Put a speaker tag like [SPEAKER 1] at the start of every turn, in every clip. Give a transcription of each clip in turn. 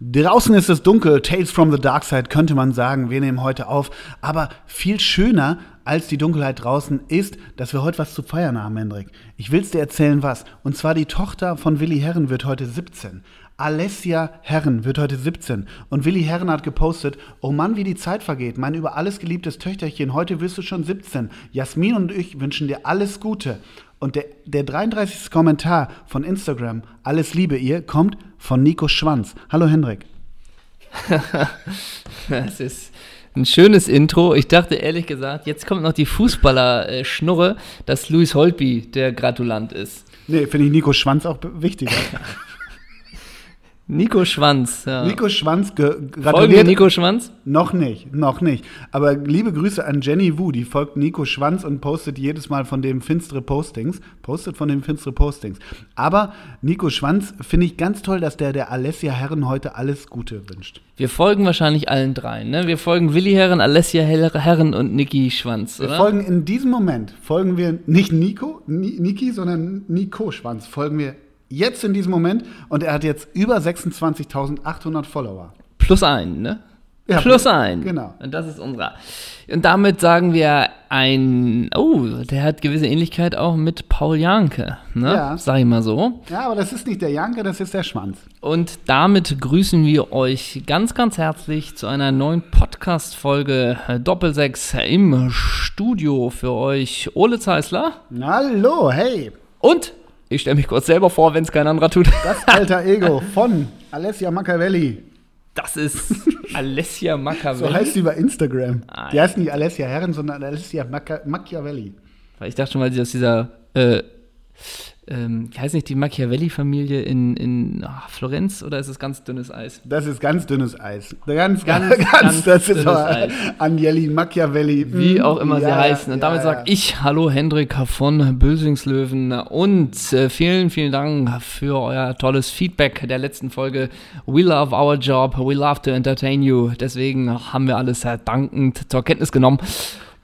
[SPEAKER 1] Draußen ist es dunkel, Tales from the Dark Side könnte man sagen, wir nehmen heute auf. Aber viel schöner als die Dunkelheit draußen ist, dass wir heute was zu feiern haben, Hendrik. Ich will's dir erzählen, was. Und zwar die Tochter von Willi Herren wird heute 17. Alessia Herren wird heute 17 und Willi Herren hat gepostet, oh Mann, wie die Zeit vergeht, mein über alles geliebtes Töchterchen, heute wirst du schon 17. Jasmin und ich wünschen dir alles Gute. Und der, der 33. Kommentar von Instagram, alles Liebe ihr, kommt von Nico Schwanz. Hallo Hendrik.
[SPEAKER 2] Das ist ein schönes Intro. Ich dachte ehrlich gesagt, jetzt kommt noch die Fußballer-Schnurre, dass Luis Holtby der Gratulant ist.
[SPEAKER 1] Nee, finde ich Nico Schwanz auch be- wichtiger.
[SPEAKER 2] Nico Schwanz. Ja.
[SPEAKER 1] Nico Schwanz ge-
[SPEAKER 2] Folgen wir
[SPEAKER 1] gratuliert.
[SPEAKER 2] Nico Schwanz?
[SPEAKER 1] Noch nicht, noch nicht. Aber liebe Grüße an Jenny Wu, die folgt Nico Schwanz und postet jedes Mal von dem finstere Postings. Postet von dem finstere Postings. Aber Nico Schwanz finde ich ganz toll, dass der der Alessia Herren heute alles Gute wünscht.
[SPEAKER 2] Wir folgen wahrscheinlich allen dreien. Ne? Wir folgen Willi Herren, Alessia Hel- Herren und Niki Schwanz.
[SPEAKER 1] Wir
[SPEAKER 2] Oder?
[SPEAKER 1] folgen in diesem Moment, folgen wir nicht Nico, Ni Niki, sondern Nico Schwanz. Folgen wir jetzt in diesem Moment und er hat jetzt über 26.800 Follower.
[SPEAKER 2] Plus ein, ne?
[SPEAKER 1] Ja,
[SPEAKER 2] Plus ein.
[SPEAKER 1] genau.
[SPEAKER 2] Und das ist unser. Und damit sagen wir ein. Oh, der hat gewisse Ähnlichkeit auch mit Paul Janke, ne?
[SPEAKER 1] Ja.
[SPEAKER 2] Sag ich mal so.
[SPEAKER 1] Ja, aber das ist nicht der Janke, das ist der Schwanz.
[SPEAKER 2] Und damit grüßen wir euch ganz, ganz herzlich zu einer neuen Podcast-Folge äh, Doppelsechs im Studio für euch. Ole Zeisler.
[SPEAKER 1] Hallo, hey.
[SPEAKER 2] Und ich stelle mich kurz selber vor, wenn es kein anderer tut.
[SPEAKER 1] Das alter Ego von Alessia Machiavelli.
[SPEAKER 2] Das ist Alessia
[SPEAKER 1] So
[SPEAKER 2] Machiavelli.
[SPEAKER 1] heißt sie bei Instagram.
[SPEAKER 2] Ah,
[SPEAKER 1] Die heißt nicht Alessia Herren, sondern Alessia Maca Machiavelli.
[SPEAKER 2] Weil ich dachte schon, weil sie aus dieser, äh, ähm, wie heißt nicht die Machiavelli-Familie in, in ah, Florenz oder ist es ganz dünnes Eis?
[SPEAKER 1] Das ist ganz dünnes Eis. Ganz, ganz, ganz,
[SPEAKER 2] ganz
[SPEAKER 1] das ist
[SPEAKER 2] dünnes
[SPEAKER 1] aber
[SPEAKER 2] Eis.
[SPEAKER 1] Agnelli Machiavelli.
[SPEAKER 2] Wie
[SPEAKER 1] Mm,
[SPEAKER 2] auch immer sie
[SPEAKER 1] ja,
[SPEAKER 2] heißen. Und
[SPEAKER 1] ja,
[SPEAKER 2] damit
[SPEAKER 1] ja.
[SPEAKER 2] sage ich Hallo Hendrik von Bösingslöwen und äh, vielen, vielen Dank für euer tolles Feedback der letzten Folge. We love our job, we love to entertain you. Deswegen haben wir alles äh, dankend zur Kenntnis genommen.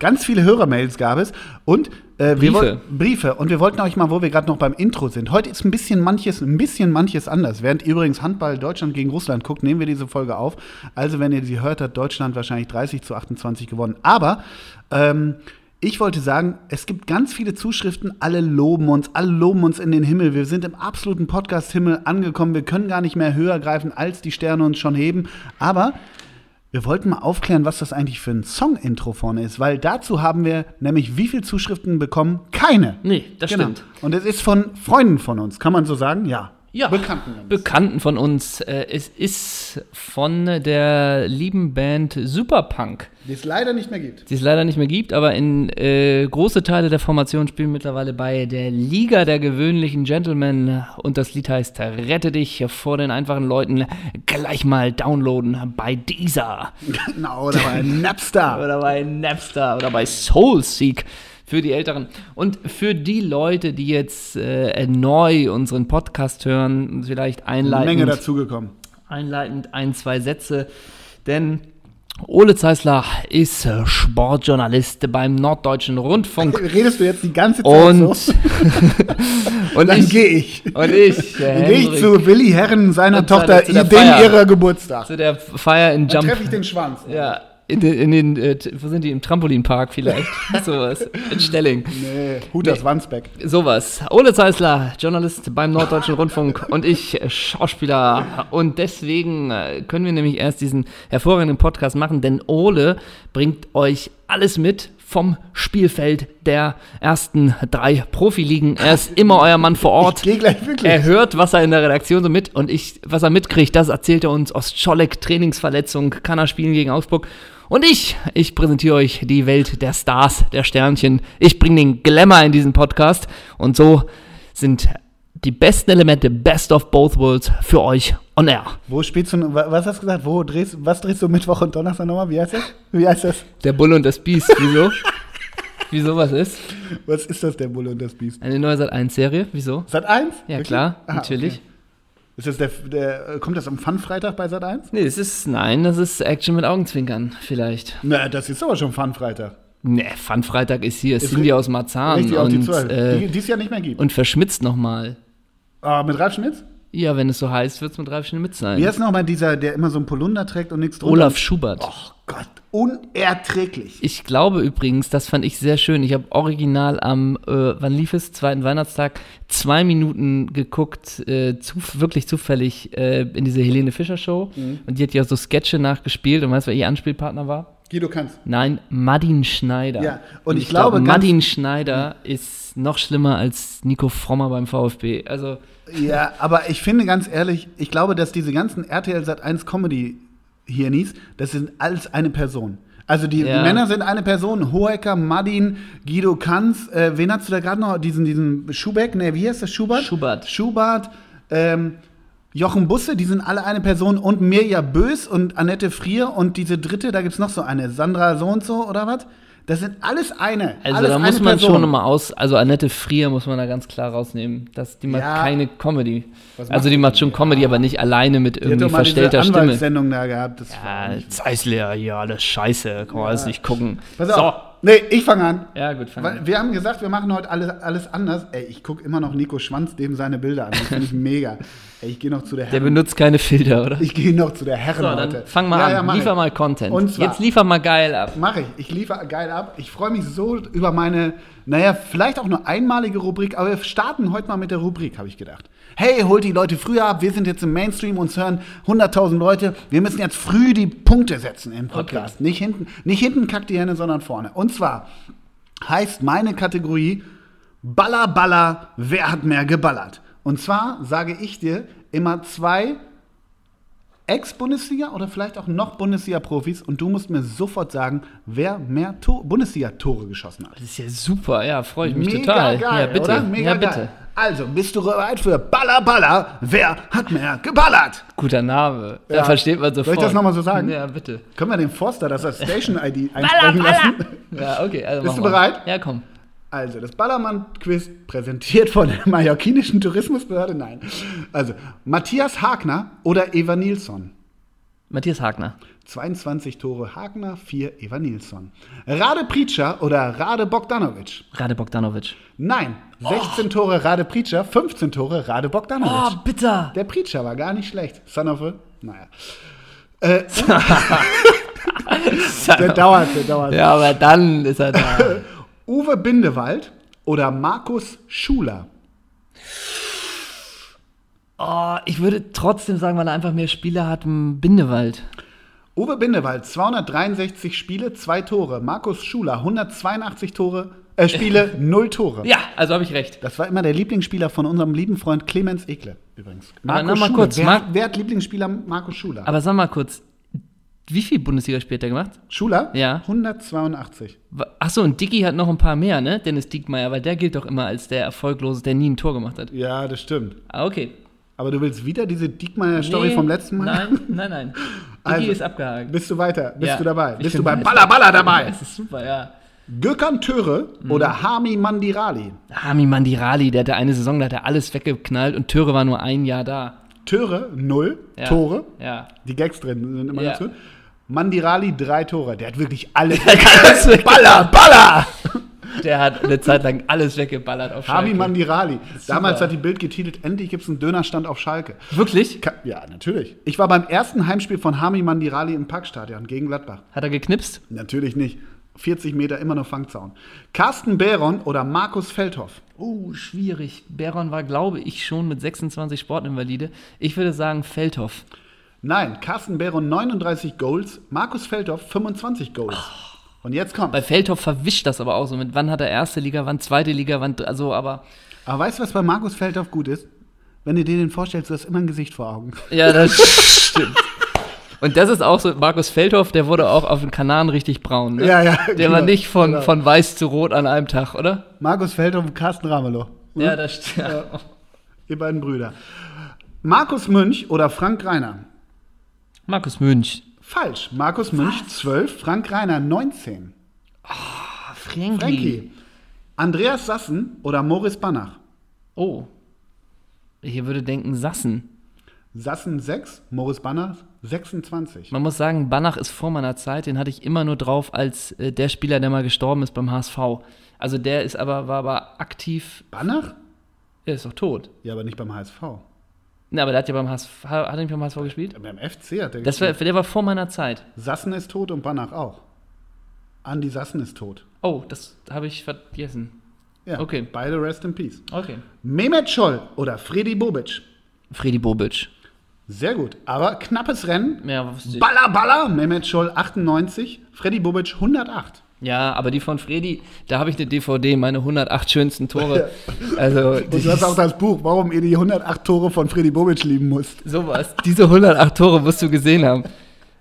[SPEAKER 1] Ganz viele Hörermails gab es und äh, wir
[SPEAKER 2] Briefe.
[SPEAKER 1] woll- Briefe. Und wir wollten euch mal, wo wir gerade noch beim Intro sind. Heute ist ein bisschen manches, ein bisschen manches anders. Während ihr übrigens Handball Deutschland gegen Russland guckt, nehmen wir diese Folge auf. Also, wenn ihr sie hört, hat Deutschland wahrscheinlich 30 zu 28 gewonnen. Aber ähm, ich wollte sagen, es gibt ganz viele Zuschriften, alle loben uns, alle loben uns in den Himmel. Wir sind im absoluten Podcast-Himmel angekommen. Wir können gar nicht mehr höher greifen, als die Sterne uns schon heben. Aber wir wollten mal aufklären, was das eigentlich für ein Song-Intro vorne ist, weil dazu haben wir nämlich wie viele Zuschriften bekommen? Keine. Genau.
[SPEAKER 2] Nee, das stimmt.
[SPEAKER 1] Und es ist von Freunden von uns, kann man so sagen? Ja. Bekannten. von uns.
[SPEAKER 2] Bekannten von uns. Äh, Es ist von der lieben Band Superpunk,
[SPEAKER 1] Die es leider nicht mehr gibt.
[SPEAKER 2] die es leider nicht mehr gibt, aber in äh, große Teile der Formation spielen mittlerweile bei der Liga der gewöhnlichen Gentlemen und das Lied heißt Rette dich vor den einfachen Leuten. Gleich mal downloaden bei dieser
[SPEAKER 1] Na, oder bei Napster.
[SPEAKER 2] oder bei Napster oder bei Soulseek für die Älteren. Und für die Leute, die jetzt äh, neu unseren Podcast hören, und vielleicht
[SPEAKER 1] Eine
[SPEAKER 2] einleitend
[SPEAKER 1] Menge dazugekommen.
[SPEAKER 2] einleitend ein, zwei Sätze, denn Ole Zeisler ist äh, Sportjournalist beim Norddeutschen Rundfunk
[SPEAKER 1] Redest du jetzt die ganze Zeit
[SPEAKER 2] und
[SPEAKER 1] so?
[SPEAKER 2] und
[SPEAKER 1] Dann
[SPEAKER 2] ich
[SPEAKER 1] gehe ich.
[SPEAKER 2] und ich, äh,
[SPEAKER 1] Dann gehe ich
[SPEAKER 2] Hendrik,
[SPEAKER 1] zu Willi Herren, seiner
[SPEAKER 2] Und
[SPEAKER 1] Tochter,
[SPEAKER 2] zu der
[SPEAKER 1] dem
[SPEAKER 2] Feier.
[SPEAKER 1] ihrer Geburtstag.
[SPEAKER 2] zu der Feier in
[SPEAKER 1] Dann
[SPEAKER 2] Jump.
[SPEAKER 1] treffe ich den Schwanz.
[SPEAKER 2] Ja, in den, in den äh, t- wo sind die im Trampolinpark vielleicht? sowas in Stelling.
[SPEAKER 1] Nee, Huter
[SPEAKER 2] Nee.
[SPEAKER 1] Schwanzbeck.
[SPEAKER 2] Sowas. Ole Zeisler, Journalist beim Norddeutschen Rundfunk und ich äh, Schauspieler. Und deswegen äh, können wir nämlich erst diesen hervorragenden Podcast machen, denn Ole bringt euch alles mit vom Spielfeld der ersten drei Profiligen. Er ist immer euer Mann vor
[SPEAKER 1] Ich
[SPEAKER 2] Ort.
[SPEAKER 1] gehe gleich wirklich.
[SPEAKER 2] Er hört, was er in der Redaktion so mit und ich, was er mitkriegt, das erzählt er uns. Ostscholek, Trainingsverletzung, kann er spielen gegen Augsburg. Und ich, ich präsentiere euch die Welt der Stars, der Sternchen. Ich bringe den Glamour in diesen Podcast und so sind die besten Elemente, best of both worlds für euch on air.
[SPEAKER 1] Wo spielst du, wa- was hast du gesagt? Wo drehst, was drehst du Mittwoch und Donnerstag nochmal? Wie heißt das? Wie heißt das?
[SPEAKER 2] Der Bulle und das Biest, wieso? wieso was ist?
[SPEAKER 1] Was ist das, der Bulle und das Biest?
[SPEAKER 2] Eine neue Sat 1 Serie, wieso?
[SPEAKER 1] Sat 1?
[SPEAKER 2] Ja klar, natürlich.
[SPEAKER 1] Ist das der, der, äh, kommt das am Fun-Freitag bei Sat 1?
[SPEAKER 2] Nee, das ist nein, das ist Action mit Augenzwinkern vielleicht.
[SPEAKER 1] Na, das ist aber schon Fun-Freitag.
[SPEAKER 2] Ne, Fun Freitag ist hier.
[SPEAKER 1] Ist
[SPEAKER 2] Cindy
[SPEAKER 1] ri-
[SPEAKER 2] aus Marzahn
[SPEAKER 1] Richtig, auch die
[SPEAKER 2] und,
[SPEAKER 1] 12.
[SPEAKER 2] äh,
[SPEAKER 1] die, die es ja nicht mehr gibt.
[SPEAKER 2] und verschmitzt nochmal.
[SPEAKER 1] Ah, mit Ralf Schmitz?
[SPEAKER 2] Ja, wenn es so heißt, wird es mit Ralf Schneemitz sein.
[SPEAKER 1] Wie heißt nochmal dieser, der immer so ein Polunder trägt und nichts drunter?
[SPEAKER 2] Olaf Schubert.
[SPEAKER 1] Oh Gott, unerträglich.
[SPEAKER 2] Ich glaube übrigens, das fand ich sehr schön. Ich habe original am, äh, wann lief es? Zweiten Weihnachtstag, zwei Minuten geguckt, äh, zu, wirklich zufällig äh, in diese Helene Fischer Show.
[SPEAKER 1] Mhm.
[SPEAKER 2] Und die hat ja so Sketche nachgespielt und weißt du, wer ihr Anspielpartner war?
[SPEAKER 1] Guido kannst.
[SPEAKER 2] Nein, Madin Schneider.
[SPEAKER 1] Ja, und ich glaube, ganz-
[SPEAKER 2] Madin Schneider ist noch schlimmer als Nico Frommer beim VfB. Also,
[SPEAKER 1] Ja, aber ich finde ganz ehrlich, ich glaube, dass diese ganzen RTL Sat 1 Comedy Hirnis, das sind alles eine Person. Also die
[SPEAKER 2] Ja.
[SPEAKER 1] Männer sind eine Person. Hohecker, Madin, Guido Kanz, äh, wen hast du da gerade noch? Diesen, diesen Schubeck, ne, wie heißt das? Schubert?
[SPEAKER 2] Schubert.
[SPEAKER 1] Schubert, ähm, Jochen Busse, die sind alle eine Person und Mirja Bös und Annette Frier und diese dritte, da gibt's noch so eine, Sandra so und so oder was? Das sind alles eine.
[SPEAKER 2] also
[SPEAKER 1] alles
[SPEAKER 2] da
[SPEAKER 1] eine
[SPEAKER 2] muss man
[SPEAKER 1] Person.
[SPEAKER 2] schon nochmal aus, also Annette Frier muss man da ganz klar rausnehmen, dass die macht
[SPEAKER 1] Ja.
[SPEAKER 2] keine Comedy.
[SPEAKER 1] Was macht
[SPEAKER 2] Also die macht schon Comedy, aber nicht alleine mit
[SPEAKER 1] Die hat
[SPEAKER 2] irgendwie
[SPEAKER 1] doch mal
[SPEAKER 2] verstellter
[SPEAKER 1] diese
[SPEAKER 2] Stimme.
[SPEAKER 1] Anwaltssendung da gehabt. Das war
[SPEAKER 2] Ja, Zeisler, ja, alles scheiße, kann man alles nicht gucken.
[SPEAKER 1] Pass auf. Nee, ich fange an.
[SPEAKER 2] So. Ja, gut, fang
[SPEAKER 1] Weil
[SPEAKER 2] an.
[SPEAKER 1] wir haben gesagt, wir machen heute alles, alles anders. Ey, ich gucke immer noch Nico Schwanz dem seine Bilder an. Das finde ich mega. Ey, ich gehe noch zu der
[SPEAKER 2] Der
[SPEAKER 1] Herren.
[SPEAKER 2] benutzt keine Filter, oder?
[SPEAKER 1] Ich gehe noch zu der Herren
[SPEAKER 2] So,
[SPEAKER 1] heute.
[SPEAKER 2] dann fang mal
[SPEAKER 1] Ja,
[SPEAKER 2] an.
[SPEAKER 1] ja, mach
[SPEAKER 2] liefer
[SPEAKER 1] ich.
[SPEAKER 2] mal Content.
[SPEAKER 1] Und zwar-
[SPEAKER 2] Jetzt liefer mal geil ab.
[SPEAKER 1] Mache ich. Ich liefere geil ab. Ich freue mich so über meine, naja, vielleicht auch nur einmalige Rubrik, aber wir starten heute mal mit der Rubrik, habe ich gedacht. Hey, holt die Leute früher ab. Wir sind jetzt im Mainstream, uns hören 100.000 Leute. Wir müssen jetzt früh die Punkte setzen im Podcast. Nicht hinten, nicht hinten kackt die Henne, sondern vorne. Und zwar heißt meine Kategorie Baller, Baller, wer hat mehr geballert? Und zwar sage ich dir immer zwei Ex-Bundesliga oder vielleicht auch noch Bundesliga-Profis und du musst mir sofort sagen, wer mehr To- Bundesliga-Tore geschossen hat.
[SPEAKER 2] Das ist ja super, ja, freue ich mich total. ja, bitte.
[SPEAKER 1] oder? Mega
[SPEAKER 2] ja, bitte.
[SPEAKER 1] geil. Also, bist du bereit für Baller, Baller? Wer hat mehr geballert?
[SPEAKER 2] Guter Name. Da
[SPEAKER 1] Ja.
[SPEAKER 2] versteht man sofort.
[SPEAKER 1] Soll ich das nochmal so sagen?
[SPEAKER 2] Ja, bitte.
[SPEAKER 1] Können wir dem Forster das als Station-ID einsprechen lassen?
[SPEAKER 2] Ja, okay. Also
[SPEAKER 1] Bist
[SPEAKER 2] mach
[SPEAKER 1] du
[SPEAKER 2] mal.
[SPEAKER 1] bereit?
[SPEAKER 2] Ja, komm.
[SPEAKER 1] Also, das Ballermann-Quiz präsentiert von der mallorquinischen Tourismusbehörde. Nein. Also, Matthias Hagner oder Eva Nilsson?
[SPEAKER 2] Matthias Hagner.
[SPEAKER 1] 22 Tore Hagner, 4 Eva Nilsson. Rade Pritscher oder Rade Bogdanovic?
[SPEAKER 2] Rade Bogdanovic.
[SPEAKER 1] Nein,
[SPEAKER 2] Oh.
[SPEAKER 1] 16 Tore Rade Pritscher, 15 Tore Rade Bogdanovic.
[SPEAKER 2] Ah, Oh. bitter.
[SPEAKER 1] Der Pritscher war gar nicht schlecht. Son of a, naja. Äh, der dauert, der dauert.
[SPEAKER 2] Ja, aber dann ist er da.
[SPEAKER 1] Uwe Bindewald oder Markus Schuler?
[SPEAKER 2] oh, ich würde trotzdem sagen, weil er einfach mehr Spiele hat, ein Bindewald.
[SPEAKER 1] Uwe Bindewald, 263 Spiele, 2 Tore. Markus Schuler, 182 Tore, äh, Spiele, 0 Tore.
[SPEAKER 2] Ja, also habe ich recht.
[SPEAKER 1] Das war immer der Lieblingsspieler von unserem lieben Freund Clemens Ekle, übrigens.
[SPEAKER 2] Aber noch mal
[SPEAKER 1] Schuler.
[SPEAKER 2] kurz,
[SPEAKER 1] Wer,
[SPEAKER 2] Mar-
[SPEAKER 1] wer hat Lieblingsspieler Markus Schuler?
[SPEAKER 2] Aber sag mal kurz, wie viel Bundesligaspiel hat er gemacht?
[SPEAKER 1] Schuler?
[SPEAKER 2] Ja.
[SPEAKER 1] 182.
[SPEAKER 2] Achso, und Dicky hat noch ein paar mehr, ne? Dennis Diekmeyer, weil der gilt doch immer als der Erfolglose, der nie ein Tor gemacht hat.
[SPEAKER 1] Ja, das stimmt.
[SPEAKER 2] Ah, okay.
[SPEAKER 1] Aber du willst wieder diese Diekmeier-Story
[SPEAKER 2] Nee,
[SPEAKER 1] vom letzten Mal?
[SPEAKER 2] Nein, nein, nein. Dicky
[SPEAKER 1] Also,
[SPEAKER 2] ist abgehakt.
[SPEAKER 1] Bist du weiter? Bist
[SPEAKER 2] Ja,
[SPEAKER 1] du dabei?
[SPEAKER 2] ich
[SPEAKER 1] Bist
[SPEAKER 2] bin
[SPEAKER 1] du beim
[SPEAKER 2] weiß.
[SPEAKER 1] Baller Baller dabei?
[SPEAKER 2] Das ist super, ja. Mhm.
[SPEAKER 1] Gökhan Töre oder Hami Mandirali?
[SPEAKER 2] Hami Mandirali, der hatte eine Saison, da hat er alles weggeknallt und Töre war nur ein Jahr da.
[SPEAKER 1] Töre, null
[SPEAKER 2] Ja.
[SPEAKER 1] Tore.
[SPEAKER 2] Ja.
[SPEAKER 1] Die Gags drin sind immer
[SPEAKER 2] Ja.
[SPEAKER 1] ganz gut. Mandirali, drei Tore. Der hat wirklich alles.
[SPEAKER 2] alles
[SPEAKER 1] Baller, Baller!
[SPEAKER 2] Der hat eine Zeit lang alles weggeballert auf
[SPEAKER 1] Hami
[SPEAKER 2] Schalke.
[SPEAKER 1] Mandirali. Damals hat die Bild getitelt: Endlich gibt es einen Dönerstand auf Schalke.
[SPEAKER 2] Wirklich?
[SPEAKER 1] Ka- Ja, natürlich. Ich war beim ersten Heimspiel von Hami Mandirali im Parkstadion gegen Gladbach.
[SPEAKER 2] Hat er geknipst?
[SPEAKER 1] Natürlich nicht. 40 Meter immer nur Fangzaun. Carsten Behron oder Markus Feldhoff?
[SPEAKER 2] Oh, schwierig. Beron war, glaube ich, schon mit 26 Sportinvalide. Ich würde sagen Feldhoff.
[SPEAKER 1] Nein, Carsten Behron 39 Goals, Markus Feldhoff 25 Goals. Und jetzt kommt.
[SPEAKER 2] Bei Feldhoff verwischt das aber auch so. Mit wann hat er erste Liga, wann zweite Liga, wann. dr- Also, aber.
[SPEAKER 1] Aber weißt du, was bei Markus Feldhoff gut ist? Wenn du dir den vorstellst, du hast immer ein Gesicht vor Augen.
[SPEAKER 2] Ja, das stimmt. Und das ist auch so, Markus Feldhoff, der wurde auch auf den Kanaren richtig braun. Ne?
[SPEAKER 1] Ja, ja,
[SPEAKER 2] Der
[SPEAKER 1] genau,
[SPEAKER 2] war nicht von,
[SPEAKER 1] genau.
[SPEAKER 2] von weiß zu rot an einem Tag, oder?
[SPEAKER 1] Markus Feldhoff und Carsten Ramelow. Hm?
[SPEAKER 2] Ja, das stimmt.
[SPEAKER 1] Ihr beiden Brüder. Markus Münch oder Frank Reiner?
[SPEAKER 2] Markus Münch.
[SPEAKER 1] Falsch. Markus Münch 12, Frank Reiner 19.
[SPEAKER 2] Frankie.
[SPEAKER 1] Frankie. Andreas Sassen oder Moritz Banach?
[SPEAKER 2] Oh. Ich würde denken Sassen.
[SPEAKER 1] Sassen 6, Moritz Banach 26.
[SPEAKER 2] Man muss sagen, Banach ist vor meiner Zeit, den hatte ich immer nur drauf als äh, der Spieler, der mal gestorben ist beim HSV. Also der ist aber, war aber aktiv,
[SPEAKER 1] Banach?
[SPEAKER 2] er ist doch tot.
[SPEAKER 1] Ja, aber nicht beim HSV.
[SPEAKER 2] Ne, aber der hat ja beim HSV, hat er nicht beim HSV gespielt?
[SPEAKER 1] Beim FC hat er
[SPEAKER 2] Das war, der war vor meiner Zeit.
[SPEAKER 1] Sassen ist tot und Banach auch. Andi Sassen ist tot.
[SPEAKER 2] Oh, das habe ich vergessen.
[SPEAKER 1] Ja,
[SPEAKER 2] Okay.
[SPEAKER 1] Beide rest in peace.
[SPEAKER 2] Okay.
[SPEAKER 1] Mehmet Scholl oder Freddy Bobic.
[SPEAKER 2] Freddy Bobic.
[SPEAKER 1] Sehr gut, aber knappes Rennen.
[SPEAKER 2] Ja, wusste ich.
[SPEAKER 1] Baller, Baller, Mehmet Scholl 98, Freddy Bobic 108.
[SPEAKER 2] ja, aber die von Freddy, da habe ich eine DVD, meine 108 schönsten Tore. Also,
[SPEAKER 1] Und du hast auch das Buch, warum ihr die 108 Tore von Freddy Bobic lieben musst.
[SPEAKER 2] sowas. Diese 108 Tore musst du gesehen haben.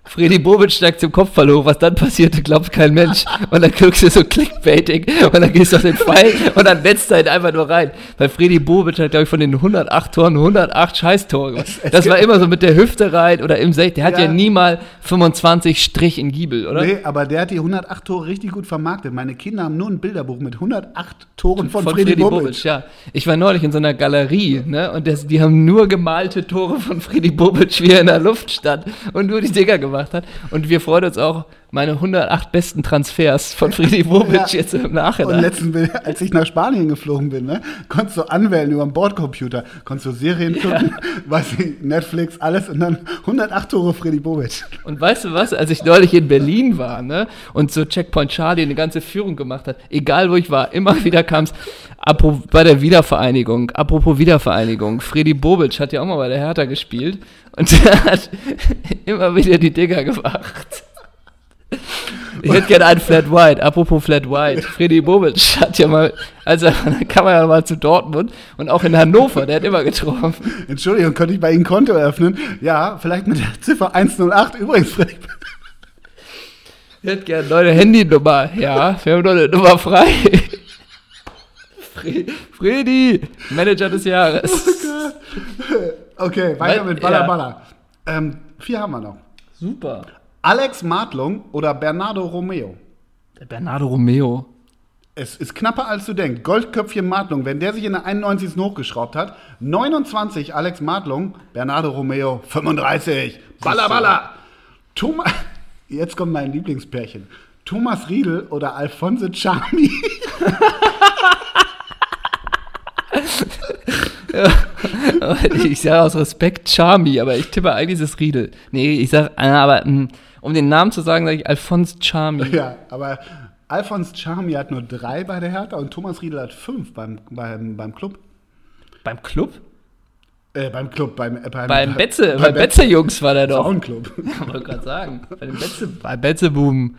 [SPEAKER 2] Freddy Bobic steigt zum Kopfballhoch. Was dann passierte, glaubt kein Mensch. Und dann guckst du so clickbaitig und dann gehst du auf den Pfeil und dann wetzt du halt einfach nur rein. Weil Freddy Bobic hat, glaube ich, von den 108 Toren 108 Scheißtore gemacht. Das war immer so mit der Hüfte rein oder im Sech. Der hat ja,
[SPEAKER 1] Ja.
[SPEAKER 2] nie mal 25 Strich in Giebel, oder?
[SPEAKER 1] Nee, aber der hat die 108 Tore richtig gut vermarktet. Meine Kinder haben nur ein Bilderbuch mit 108 Toren von, Freddy, Bobic.
[SPEAKER 2] ja. Ich war neulich in so einer Galerie, ne, und das, die haben nur gemalte Tore von Freddy Bobic, wie er in der Luft stand und nur die Dinger gemacht hat. Und wir freuen uns auch, meine 108 besten Transfers von Freddy Bobic
[SPEAKER 1] Ja.
[SPEAKER 2] jetzt im
[SPEAKER 1] Und
[SPEAKER 2] Nachhinein.
[SPEAKER 1] letzten, Bild, als ich nach Spanien geflogen bin, ne, konntest du anwählen über den Bordcomputer, konntest du Serien gucken, weiß ich, Netflix, alles und dann 108 Tore Freddy Bobic.
[SPEAKER 2] Und weißt du was, als ich neulich in Berlin war, ne, und so Checkpoint Charlie eine ganze Führung gemacht hat, egal wo ich war, immer wieder kam es, bei der Wiedervereinigung, apropos Wiedervereinigung, Freddy Bobic hat ja auch mal bei der Hertha gespielt und der hat immer wieder die Dinger gemacht. Ich hätte gerne einen Flat White. Apropos Flat White. Freddy Bobic hat ja mal, also dann kam er ja mal zu Dortmund und auch in Hannover, der hat immer getroffen.
[SPEAKER 1] Entschuldigung, könnte ich bei Ihnen Konto eröffnen? Ja, vielleicht mit der Ziffer 108. Übrigens, Freddy,
[SPEAKER 2] Ich hätte gerne eine neue Handynummer. Ja, wir haben noch eine Nummer frei. Fre- Freddy, Manager des Jahres.
[SPEAKER 1] Okay, weiter
[SPEAKER 2] Weil-
[SPEAKER 1] mit Baller
[SPEAKER 2] ja.
[SPEAKER 1] Baller. Ähm, vier haben wir noch.
[SPEAKER 2] Super.
[SPEAKER 1] Alex Martlung oder Bernardo Romeo?
[SPEAKER 2] Der Bernardo Romeo.
[SPEAKER 1] Es ist knapper als du denkst. Goldköpfchen Martlung, wenn der sich in der 91. hochgeschraubt hat. 29 Alex Martlung, Bernardo Romeo 35. Baller Baller. Thomas, jetzt kommt mein Lieblingspärchen. Thomas Riedel oder Alfonso Charmi?
[SPEAKER 2] Ich sage aus Respekt Charmi, aber ich tippe eigentlich ist es Riedel. Nee, ich sage, aber mm, um den Namen zu sagen, sage ich Alphonse Charmi.
[SPEAKER 1] ja, aber Alfonso Charmi hat nur drei bei der Hertha und Thomas Riedel hat fünf beim, beim, beim Club.
[SPEAKER 2] Beim Club?
[SPEAKER 1] Äh, beim Club, beim, äh, beim,
[SPEAKER 2] Beim Betze, bei
[SPEAKER 1] beim
[SPEAKER 2] Betze-Jungs war der doch.
[SPEAKER 1] Frauenclub.
[SPEAKER 2] Wollte gerade sagen. Bei den Betze, bei Betze-Buben.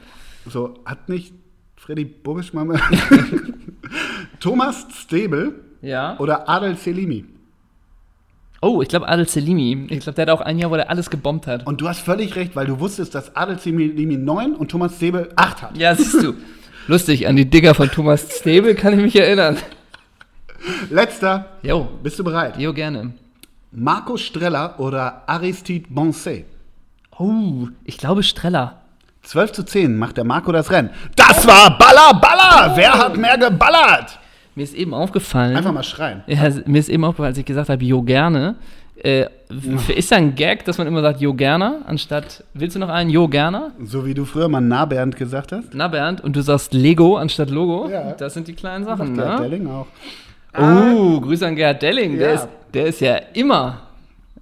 [SPEAKER 1] So, hat nicht Freddy Bobisch mal mal- Thomas Stebel
[SPEAKER 2] Ja.
[SPEAKER 1] oder Adel Selimi?
[SPEAKER 2] Oh, ich glaube Adel Selimi. Ich glaube, der hat auch ein Jahr, wo der alles gebombt hat.
[SPEAKER 1] Und du hast völlig recht, weil du wusstest, dass Adel Selimi 9 und Thomas Stebel 8 hat.
[SPEAKER 2] Ja, siehst du. Lustig, an die Digger von Thomas Stable kann ich mich erinnern.
[SPEAKER 1] Letzter,
[SPEAKER 2] Jo.
[SPEAKER 1] bist du bereit?
[SPEAKER 2] Jo, gerne.
[SPEAKER 1] Marco Streller oder Aristide Bonset?
[SPEAKER 2] Oh, ich glaube Streller.
[SPEAKER 1] 12 zu 10 macht der Marco das Rennen. Das war Baller, Baller! Wer hat mehr geballert?
[SPEAKER 2] Mir ist eben aufgefallen.
[SPEAKER 1] Einfach mal schreien.
[SPEAKER 2] Ja, mir ist eben aufgefallen, als ich gesagt habe, Jo gerne. Äh, w- ist da ein Gag, dass man immer sagt Jo gerne, anstatt willst du noch einen Jo gerne?
[SPEAKER 1] So wie du früher mal Nahbernd gesagt hast.
[SPEAKER 2] Na Bernd, und du sagst Lego anstatt Logo.
[SPEAKER 1] Ja.
[SPEAKER 2] Das sind die kleinen Sachen,
[SPEAKER 1] Gerd
[SPEAKER 2] ne?
[SPEAKER 1] Delling auch.
[SPEAKER 2] Oh, Grüße an Gerhard Delling. Der,
[SPEAKER 1] Ja.
[SPEAKER 2] ist, der ist ja immer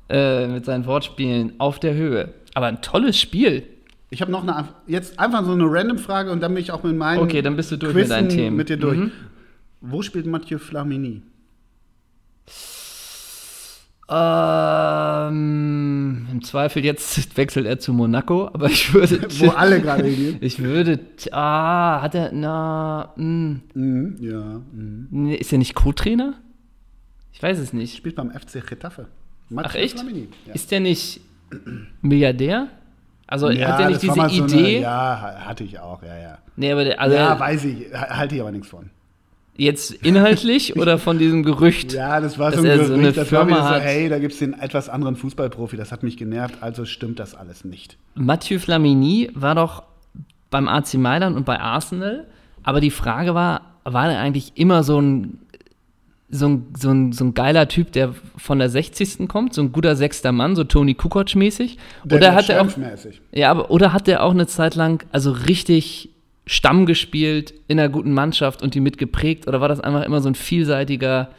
[SPEAKER 2] äh, mit seinen Wortspielen auf der Höhe. Aber ein tolles Spiel.
[SPEAKER 1] Ich habe noch eine, jetzt einfach so eine random Frage und dann bin ich auch mit meinen.
[SPEAKER 2] Okay, dann bist du durch mit
[SPEAKER 1] Quizzen
[SPEAKER 2] deinen Themen.
[SPEAKER 1] Mit dir durch.
[SPEAKER 2] Mhm.
[SPEAKER 1] Wo spielt Mathieu Flamini?
[SPEAKER 2] Ähm, Im Zweifel jetzt wechselt er zu Monaco, aber ich würde.
[SPEAKER 1] Wo alle gerade hingehen.
[SPEAKER 2] Ich würde. Ah, hat er. Na. Mh,
[SPEAKER 1] Mhm, ja. Mhm.
[SPEAKER 2] nee, ist er nicht Co-Trainer? Ich weiß es nicht.
[SPEAKER 1] Spielt beim FC Getafe. Mathieu
[SPEAKER 2] Ach, echt?
[SPEAKER 1] Flamini. Ja.
[SPEAKER 2] Ist der nicht Milliardär? Also
[SPEAKER 1] Ja,
[SPEAKER 2] hat er nicht
[SPEAKER 1] das war
[SPEAKER 2] diese
[SPEAKER 1] mal so
[SPEAKER 2] Idee?
[SPEAKER 1] Eine, ja, ha- hatte ich auch, ja, ja.
[SPEAKER 2] Nee, aber der, also
[SPEAKER 1] ja, weiß ich, ha- halte ich aber nichts von.
[SPEAKER 2] jetzt inhaltlich oder von diesem Gerücht?
[SPEAKER 1] Ja, das war
[SPEAKER 2] Dass
[SPEAKER 1] so ein
[SPEAKER 2] er so
[SPEAKER 1] Gerücht,
[SPEAKER 2] eine
[SPEAKER 1] das war
[SPEAKER 2] Firma
[SPEAKER 1] wieder so,
[SPEAKER 2] hat.
[SPEAKER 1] hey, da gibt es den etwas anderen Fußballprofi, das hat mich genervt, also stimmt das alles nicht.
[SPEAKER 2] Mathieu Flamini war doch beim AC Mailand und bei Arsenal, aber die Frage war, war er eigentlich immer so ein, so ein, so ein, so ein geiler Typ, der von der 60. kommt, so ein guter sechster Mann, so Toni Kukoc-mäßig? Oder hat er auch,
[SPEAKER 1] Schärfmäßig.
[SPEAKER 2] ja, aber, oder hat er auch eine Zeit lang also richtig Stamm gespielt in einer guten Mannschaft und die mitgeprägt? Oder war das einfach immer so ein vielseitiger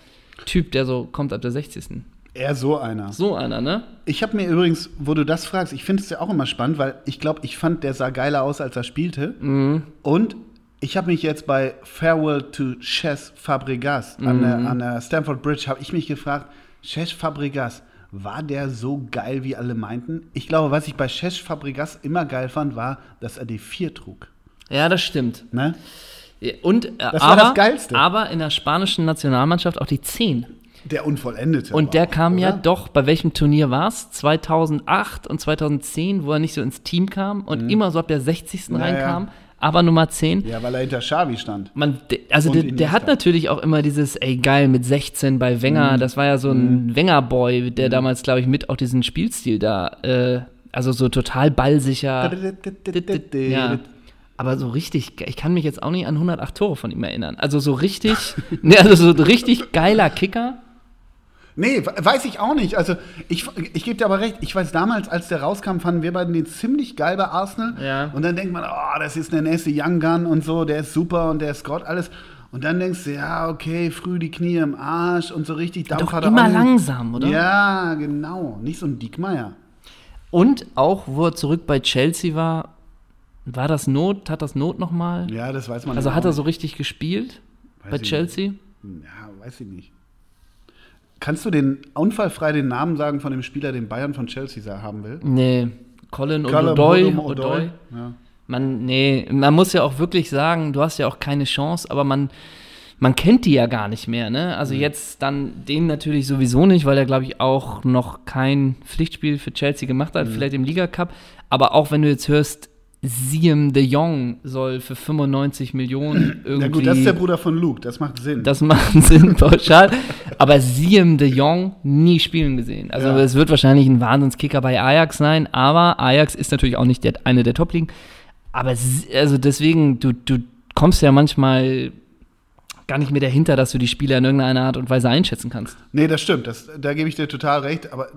[SPEAKER 2] Typ, der so kommt ab der 60.?
[SPEAKER 1] Eher so einer.
[SPEAKER 2] So einer, ne?
[SPEAKER 1] Ich habe mir übrigens, wo du das fragst, ich finde es ja auch immer spannend, weil ich glaube, ich fand, der sah geiler aus, als er spielte.
[SPEAKER 2] Mhm.
[SPEAKER 1] Und ich habe mich jetzt bei Farewell to Chess Fabregas an, der,
[SPEAKER 2] Mhm.
[SPEAKER 1] an der Stanford Bridge, habe ich mich gefragt, Chess Fabregas, war der so geil, wie alle meinten? Ich glaube, was ich bei Chess Fabregas immer geil fand, war, dass er die 4 trug.
[SPEAKER 2] Ja, das stimmt.
[SPEAKER 1] Ne?
[SPEAKER 2] Und, äh,
[SPEAKER 1] Das war
[SPEAKER 2] aber,
[SPEAKER 1] das Geilste.
[SPEAKER 2] aber in der spanischen Nationalmannschaft auch die 10.
[SPEAKER 1] Der Unvollendete. aber
[SPEAKER 2] Und der
[SPEAKER 1] auch,
[SPEAKER 2] kam ja
[SPEAKER 1] oder?
[SPEAKER 2] doch, bei welchem Turnier war es? 2008 und 2010, wo er nicht so ins Team kam und immer so ab der 60.
[SPEAKER 1] Mhm. Ja,
[SPEAKER 2] reinkam, aber Nummer 10.
[SPEAKER 1] Ja, weil er hinter Xavi stand.
[SPEAKER 2] Man, de- also
[SPEAKER 1] Und
[SPEAKER 2] der,
[SPEAKER 1] Iniesta.
[SPEAKER 2] der hat natürlich auch immer dieses, ey geil, mit 16 bei
[SPEAKER 1] Mhm.
[SPEAKER 2] Wenger, das war ja so ein Wenger-Boy, der damals, glaube ich, mit auch diesen Spielstil da, äh, also so total ballsicher. Ja. Aber so richtig, ge- ich kann mich jetzt auch nicht an 108 Tore von ihm erinnern. Also so richtig, ne, also so ein richtig geiler Kicker.
[SPEAKER 1] Nee, we- weiß ich auch nicht. Also, ich, ich gebe dir aber recht. Ich weiß, damals, als der rauskam, fanden wir beiden den ziemlich geil bei Arsenal.
[SPEAKER 2] Ja.
[SPEAKER 1] Und dann denkt man, oh, das ist der nächste Young Gun und so, der ist super und der ist Gott, alles. Und dann denkst du, ja, okay, früh die Knie im Arsch und so richtig Dampf
[SPEAKER 2] Doch
[SPEAKER 1] hat er
[SPEAKER 2] immer
[SPEAKER 1] auch nicht.
[SPEAKER 2] langsam, oder?
[SPEAKER 1] Ja, genau. Nicht so ein Diekmeier.
[SPEAKER 2] Und auch, wo er zurück bei Chelsea war, war das Not, hat das Not nochmal?
[SPEAKER 1] Ja, das weiß man
[SPEAKER 2] Also
[SPEAKER 1] auch
[SPEAKER 2] hat er so
[SPEAKER 1] nicht.
[SPEAKER 2] richtig gespielt
[SPEAKER 1] Weiß
[SPEAKER 2] bei
[SPEAKER 1] ich nicht.
[SPEAKER 2] Chelsea?
[SPEAKER 1] Ja, weiß ich nicht. Kannst du den unfallfrei den Namen sagen von dem Spieler, den Bayern von Chelsea sa- haben will?
[SPEAKER 2] Nee, Colin
[SPEAKER 1] Callum
[SPEAKER 2] Odoi.
[SPEAKER 1] Hudom
[SPEAKER 2] Odoi.
[SPEAKER 1] Ja.
[SPEAKER 2] Man, nee, man muss ja auch wirklich sagen, du hast ja auch keine Chance, aber man, man kennt die ja gar nicht mehr, ne?
[SPEAKER 1] Mhm.
[SPEAKER 2] Also jetzt dann den natürlich sowieso nicht, weil er, glaube ich, auch noch kein Pflichtspiel für Chelsea gemacht
[SPEAKER 1] Mhm.
[SPEAKER 2] hat, vielleicht im Liga-Cup. Aber auch wenn du jetzt hörst, Siem de Jong soll für 95 Millionen irgendwie.
[SPEAKER 1] Na gut, das ist der Bruder von Luke, das macht Sinn.
[SPEAKER 2] Das macht Sinn pauschal. Aber Siem de Jong nie spielen gesehen. Also
[SPEAKER 1] Ja.
[SPEAKER 2] es wird wahrscheinlich ein Wahnsinnskicker bei Ajax sein, aber Ajax ist natürlich auch nicht der, eine der Top-Ligen. Aber s- also deswegen, du, du kommst ja manchmal gar nicht mehr dahinter, dass du die Spieler in irgendeiner Art und Weise einschätzen kannst.
[SPEAKER 1] nee, das stimmt, das, da gebe ich dir total recht, aber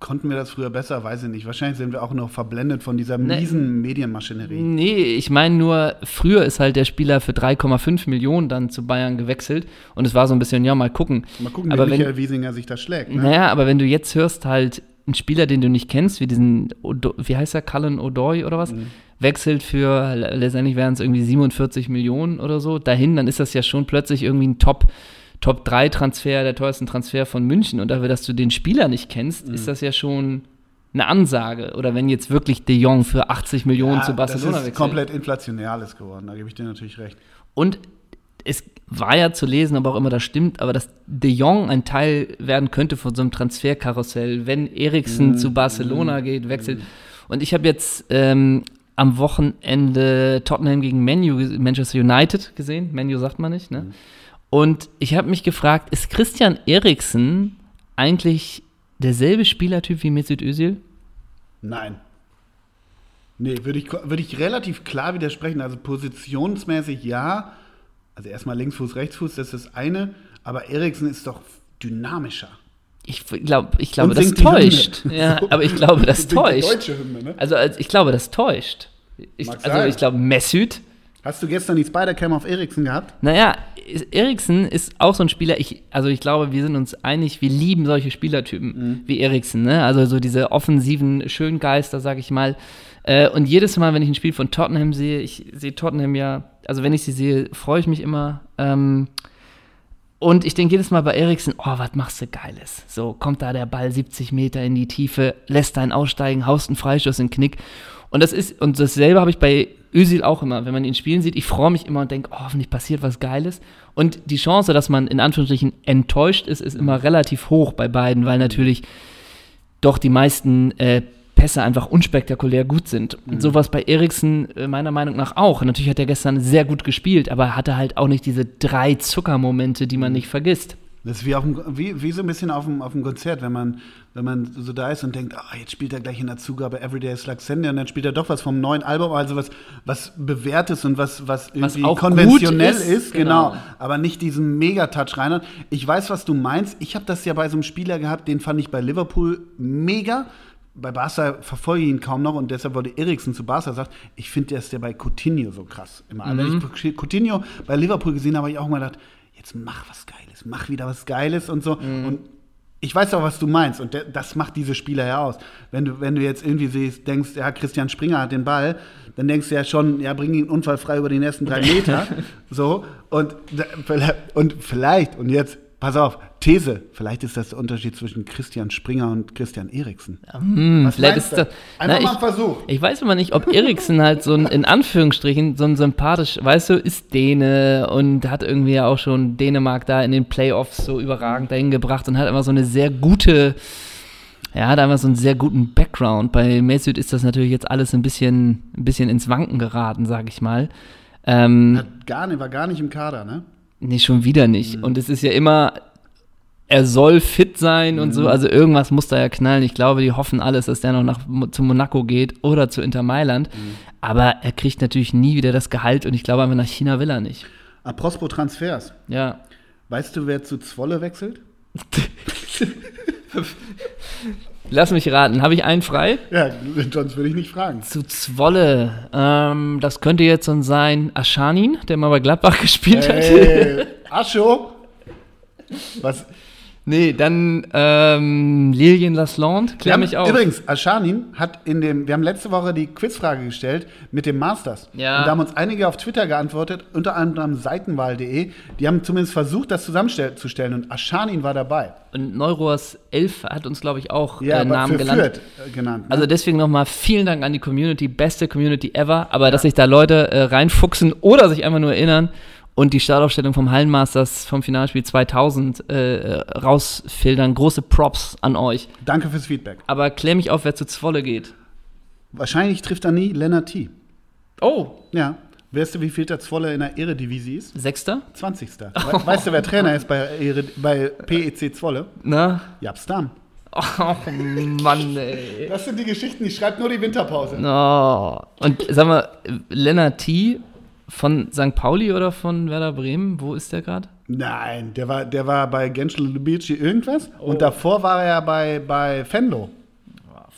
[SPEAKER 1] konnten wir das früher besser? Weiß ich nicht. Wahrscheinlich sind wir auch noch verblendet von dieser
[SPEAKER 2] Nee.
[SPEAKER 1] miesen Medienmaschinerie.
[SPEAKER 2] Nee, ich meine nur, früher ist halt der Spieler für 3,5 Millionen dann zu Bayern gewechselt und es war so ein bisschen, ja, mal gucken.
[SPEAKER 1] Mal gucken,
[SPEAKER 2] Aber
[SPEAKER 1] wie
[SPEAKER 2] wenn-
[SPEAKER 1] Michael Wiesinger sich da schlägt. Ne?
[SPEAKER 2] Naja, aber wenn du jetzt hörst, halt ein Spieler, den du nicht kennst, wie diesen, Odo, wie heißt er, Cullen O'Doy oder was,
[SPEAKER 1] Mhm.
[SPEAKER 2] wechselt für, letztendlich wären es irgendwie 47 Millionen oder so, dahin, dann ist das ja schon plötzlich irgendwie ein Top, Top 3 Transfer, der teuersten Transfer von München. Und dafür, dass du den Spieler nicht
[SPEAKER 1] Mhm.
[SPEAKER 2] kennst, ist das ja schon eine Ansage. Oder wenn jetzt wirklich De Jong für 80 Millionen
[SPEAKER 1] Ja,
[SPEAKER 2] zu Barcelona
[SPEAKER 1] Ah, das ist
[SPEAKER 2] wechselt.
[SPEAKER 1] komplett inflationär alles geworden, da gebe ich dir natürlich recht.
[SPEAKER 2] Und es war ja zu lesen, aber auch immer das stimmt, aber dass De Jong ein Teil werden könnte von so einem Transferkarussell, wenn Eriksen
[SPEAKER 1] Mhm.
[SPEAKER 2] zu Barcelona geht, wechselt. Und ich habe jetzt ähm, am Wochenende Tottenham gegen Manu, ges- Manchester United gesehen. Manu sagt man nicht, ne?
[SPEAKER 1] Mhm.
[SPEAKER 2] Und ich habe mich gefragt, ist Christian Eriksen eigentlich derselbe Spielertyp wie Mesut Özil?
[SPEAKER 1] Nein. Nee, würde ich, würde ich relativ klar widersprechen. Also positionsmäßig ja. Also erstmal Linksfuß, Rechtsfuß, das ist das eine. Aber Eriksen ist doch dynamischer.
[SPEAKER 2] Ich glaube, ich glaube,
[SPEAKER 1] Und
[SPEAKER 2] das
[SPEAKER 1] singt die Hymne.
[SPEAKER 2] täuscht. Ja,
[SPEAKER 1] So.
[SPEAKER 2] aber ich glaube, das
[SPEAKER 1] Singt die
[SPEAKER 2] täuscht.
[SPEAKER 1] Deutsche Hymne, ne?
[SPEAKER 2] Also, als- ich glaube, das täuscht. Ich,
[SPEAKER 1] Mag
[SPEAKER 2] also
[SPEAKER 1] sein.
[SPEAKER 2] ich glaube, Messüd.
[SPEAKER 1] Hast du gestern die Spider-Cam auf Eriksen gehabt?
[SPEAKER 2] Naja, Eriksen ist auch so ein Spieler, ich, also ich glaube, wir sind uns einig, wir lieben solche
[SPEAKER 1] Mhm.
[SPEAKER 2] Spielertypen wie Eriksen, ne? Also so diese offensiven Schöngeister, sag ich mal. Äh, und jedes Mal, wenn ich ein Spiel von Tottenham sehe, ich sehe Tottenham ja, also wenn ich sie sehe, freue ich mich immer. Ähm, und ich denke jedes Mal bei Eriksen, oh, was machst du Geiles? So, kommt da der Ball 70 Meter in die Tiefe, lässt einen aussteigen, haust einen Freischuss in den Knick. Und das ist, und dasselbe habe ich bei Özil auch immer, wenn man ihn spielen sieht, ich freue mich immer und denke, oh, hoffentlich passiert was Geiles. Und die Chance, dass man in Anführungsstrichen enttäuscht ist, ist immer relativ hoch bei beiden, weil natürlich doch die meisten äh, Pässe einfach unspektakulär gut sind. Und sowas bei Eriksen äh, meiner Meinung nach auch. Natürlich hat er gestern sehr gut gespielt, aber er hatte halt auch nicht diese drei Zuckermomente, die man nicht vergisst.
[SPEAKER 1] Das ist wie, auf dem, wie, wie so ein bisschen auf dem, auf dem Konzert, wenn man, wenn man so da ist und denkt, ah, jetzt spielt er gleich in der Zugabe Everyday is Like Sunday und dann spielt er doch was vom neuen Album, also was, was bewährtes und was, was irgendwie
[SPEAKER 2] auch gut
[SPEAKER 1] konventionell
[SPEAKER 2] ist,
[SPEAKER 1] ist, genau.
[SPEAKER 2] genau.
[SPEAKER 1] aber nicht diesen Mega-Touch rein. Ich weiß, was du meinst. Ich habe das ja bei so einem Spieler gehabt, den fand ich bei Liverpool mega. Bei Barca verfolge ich ihn kaum noch und deshalb wurde Eriksen zu Barca sagt, ich finde, der ist ja bei Coutinho so krass. Immer. Wenn ich Coutinho bei Liverpool gesehen habe, habe ich auch mal gedacht, jetzt mach was Geiles, mach wieder was Geiles und so. Und ich weiß auch, was du meinst und de- das macht diese Spieler ja aus. Wenn du, wenn du jetzt irgendwie siehst, denkst, ja, Christian Springer hat den Ball, dann denkst du ja schon, ja, bring ihn unfallfrei über die nächsten drei Meter. so, und, und vielleicht, und jetzt, pass auf, These, vielleicht ist das der Unterschied zwischen Christian Springer und Christian Eriksen.
[SPEAKER 2] Hm,
[SPEAKER 1] Was
[SPEAKER 2] vielleicht
[SPEAKER 1] meinst
[SPEAKER 2] ist
[SPEAKER 1] du?
[SPEAKER 2] das-
[SPEAKER 1] Einfach mal
[SPEAKER 2] na, ich,
[SPEAKER 1] einen Versuch.
[SPEAKER 2] Ich weiß immer nicht, ob Eriksen halt so ein, in Anführungsstrichen, so ein sympathisch, weißt du, ist Däne und hat irgendwie ja auch schon Dänemark da in den Playoffs so überragend dahin gebracht und hat einfach so eine sehr gute, ja, hat einfach so einen sehr guten Background. Bei Mesut ist das natürlich jetzt alles ein bisschen, ein bisschen ins Wanken geraten, sag ich mal. Ähm,
[SPEAKER 1] Hat gar nicht, war gar nicht im Kader, ne?
[SPEAKER 2] Nee, schon wieder
[SPEAKER 1] Mhm.
[SPEAKER 2] nicht. Und es ist ja immer, er soll fit sein und
[SPEAKER 1] Mhm.
[SPEAKER 2] so. Also irgendwas muss da ja knallen. Ich glaube, die hoffen alles, dass der noch nach, Mo- zu Monaco geht oder zu Inter Mailand.
[SPEAKER 1] Mhm.
[SPEAKER 2] Aber er kriegt natürlich nie wieder das Gehalt und ich glaube einfach nach China will er nicht.
[SPEAKER 1] Apropos Transfers.
[SPEAKER 2] Ja.
[SPEAKER 1] Weißt du, wer zu Zwolle wechselt?
[SPEAKER 2] Lass mich raten. Habe ich einen frei?
[SPEAKER 1] Ja, sonst würde ich nicht fragen.
[SPEAKER 2] Zu Zwolle. Ähm, das könnte jetzt so sein Aschanin, der mal bei Gladbach gespielt hat.
[SPEAKER 1] Hey, Ascho! Was?
[SPEAKER 2] Nee, dann ähm, Lilien Lasland.
[SPEAKER 1] Wir
[SPEAKER 2] Klär
[SPEAKER 1] haben,
[SPEAKER 2] mich auf.
[SPEAKER 1] Übrigens, Aschanin hat in dem, wir haben letzte Woche die Quizfrage gestellt mit dem Masters.
[SPEAKER 2] Ja.
[SPEAKER 1] Und da haben uns einige auf Twitter geantwortet, unter anderem seitenwahl.de. Die haben zumindest versucht, das zusammenzustellen und Aschanin war dabei.
[SPEAKER 2] Und Neuroas 11 hat uns, glaube ich, auch äh,
[SPEAKER 1] aber
[SPEAKER 2] Namen
[SPEAKER 1] für
[SPEAKER 2] gelandet.
[SPEAKER 1] Fürth, äh, genannt. Ne?
[SPEAKER 2] Also deswegen nochmal vielen Dank an die Community, beste Community ever. Aber dass sich da Leute äh, reinfuchsen oder sich einfach nur erinnern und die Startaufstellung vom Hallenmasters vom Finalspiel 2000 äh, rausfiltern, große Props an euch.
[SPEAKER 1] Danke fürs Feedback.
[SPEAKER 2] Aber klär mich auf, wer zu Zwolle geht.
[SPEAKER 1] Wahrscheinlich trifft er nie Lennart T.
[SPEAKER 2] Oh,
[SPEAKER 1] Ja. Weißt du, wie viel der Zwolle in der Eredivisie ist?
[SPEAKER 2] Sechster?
[SPEAKER 1] 20. We weißt du, wer Trainer ist bei, Ehre- bei PEC Zwolle?
[SPEAKER 2] Na?
[SPEAKER 1] Japstam.
[SPEAKER 2] Oh Mann, ey.
[SPEAKER 1] Das sind die Geschichten, die schreibt nur die Winterpause.
[SPEAKER 2] Oh. Und sag mal, Lennart T. von St. Pauli oder von Werder Bremen? Wo ist der gerade?
[SPEAKER 1] Nein, der war, der war bei Genschel Lubici irgendwas und davor war er bei, bei Fenlo.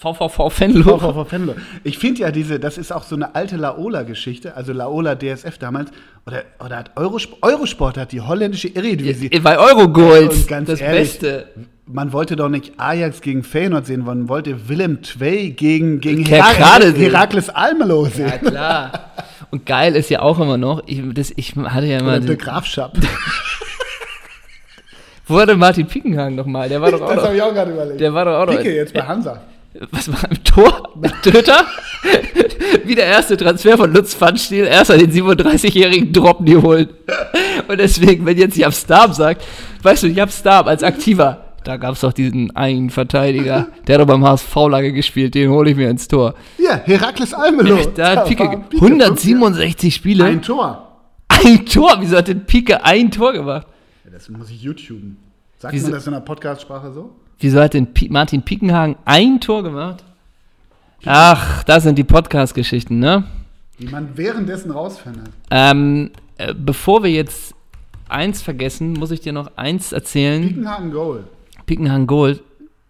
[SPEAKER 2] VVV Venlo.
[SPEAKER 1] VVV Fenlo. Ich finde ja diese, das ist auch so eine alte Laola-Geschichte, also Laola DSF damals, oder, oder hat Eurosport, Eurosport hat die holländische Eredivisie.
[SPEAKER 2] Bei Eurogold.
[SPEAKER 1] Und ganz
[SPEAKER 2] das
[SPEAKER 1] ehrlich,
[SPEAKER 2] Beste.
[SPEAKER 1] Man wollte doch nicht Ajax gegen Feyenoord sehen, man wollte Willem Twey gegen, gegen
[SPEAKER 2] Ja, gerade sehen.
[SPEAKER 1] Herakles Almelo sehen.
[SPEAKER 2] Ja, klar. Und geil ist ja auch immer noch, ich, das, ich hatte ja immer.
[SPEAKER 1] Oder De
[SPEAKER 2] Den,
[SPEAKER 1] Graaf Schaap.
[SPEAKER 2] wo war denn Martin Pickenhagen nochmal? Der war doch auch
[SPEAKER 1] Das
[SPEAKER 2] noch.
[SPEAKER 1] habe ich auch gerade überlegt.
[SPEAKER 2] Der war doch auch noch.
[SPEAKER 1] Picke jetzt bei Hansa.
[SPEAKER 2] Was war im Tor? Töter? Wie der erste Transfer von Lutz Pfannstiel. Erst an den 37-jährigen Drop die holen. Und deswegen, wenn jetzt Jab Starb sagt, weißt du, Jab Starb als Aktiver. Da gab es doch diesen einen Verteidiger, der hat doch beim HSV lange gespielt, den hole ich mir ins Tor.
[SPEAKER 1] Ja, Herakles Almelo.
[SPEAKER 2] Da hat Pike
[SPEAKER 1] war
[SPEAKER 2] ge- 167 Spiele.
[SPEAKER 1] Ein Tor.
[SPEAKER 2] Ein Tor? Wieso hat denn Pike ein Tor gemacht?
[SPEAKER 1] Ja, das muss ich YouTuben. Sagt
[SPEAKER 2] Wieso-
[SPEAKER 1] man das in der Podcast-Sprache so?
[SPEAKER 2] Wieso hat denn Pi Martin Pikenhagen ein Tor gemacht? Ach, das sind die Podcast-Geschichten, ne?
[SPEAKER 1] Wie man währenddessen rausfindet.
[SPEAKER 2] Ähm, äh, bevor wir jetzt eins vergessen, muss ich dir noch eins erzählen.
[SPEAKER 1] Pickenhagen Goal.
[SPEAKER 2] Pikenhagen Gold,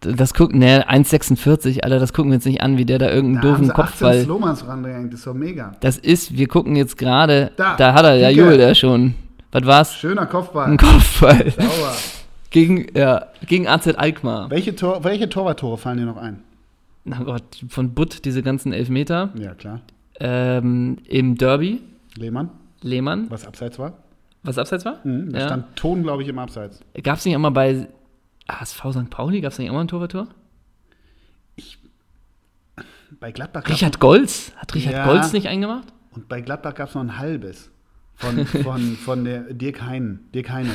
[SPEAKER 2] das gucken, ne, 1,46, Alter, das gucken wir uns nicht an, wie der da irgendeinen doofen Kopfball.
[SPEAKER 1] Slomans rangehängt, das ist doch mega.
[SPEAKER 2] Das ist, wir gucken jetzt gerade, da,
[SPEAKER 1] Da,
[SPEAKER 2] hat er, ja,
[SPEAKER 1] Pike.
[SPEAKER 2] Jubel da schon. Was war's?
[SPEAKER 1] Schöner Kopfball.
[SPEAKER 2] Ein Kopfball.
[SPEAKER 1] Sauber.
[SPEAKER 2] Gegen, ja, gegen AZ Alkmaar.
[SPEAKER 1] Welche, Tor welche Torwarttore fallen dir noch ein?
[SPEAKER 2] Na Gott, von Butt diese ganzen Elfmeter.
[SPEAKER 1] Ja, klar.
[SPEAKER 2] ähm, im Derby,
[SPEAKER 1] Lehmann,
[SPEAKER 2] Lehmann,
[SPEAKER 1] was abseits war.
[SPEAKER 2] was abseits war.
[SPEAKER 1] Mhm, da
[SPEAKER 2] ja.
[SPEAKER 1] stand Ton, glaube ich, im Abseits.
[SPEAKER 2] Gab es nicht auch mal bei HSV St. Pauli, gab es nicht auch mal ein Torwarttor?
[SPEAKER 1] Bei Gladbach gab's-
[SPEAKER 2] Richard Golz? Hat Richard
[SPEAKER 1] Ja.
[SPEAKER 2] Golz nicht eingemacht?
[SPEAKER 1] Und bei Gladbach gab es noch ein halbes. Von, von, von der Dirk Heinen. Dirk Heine.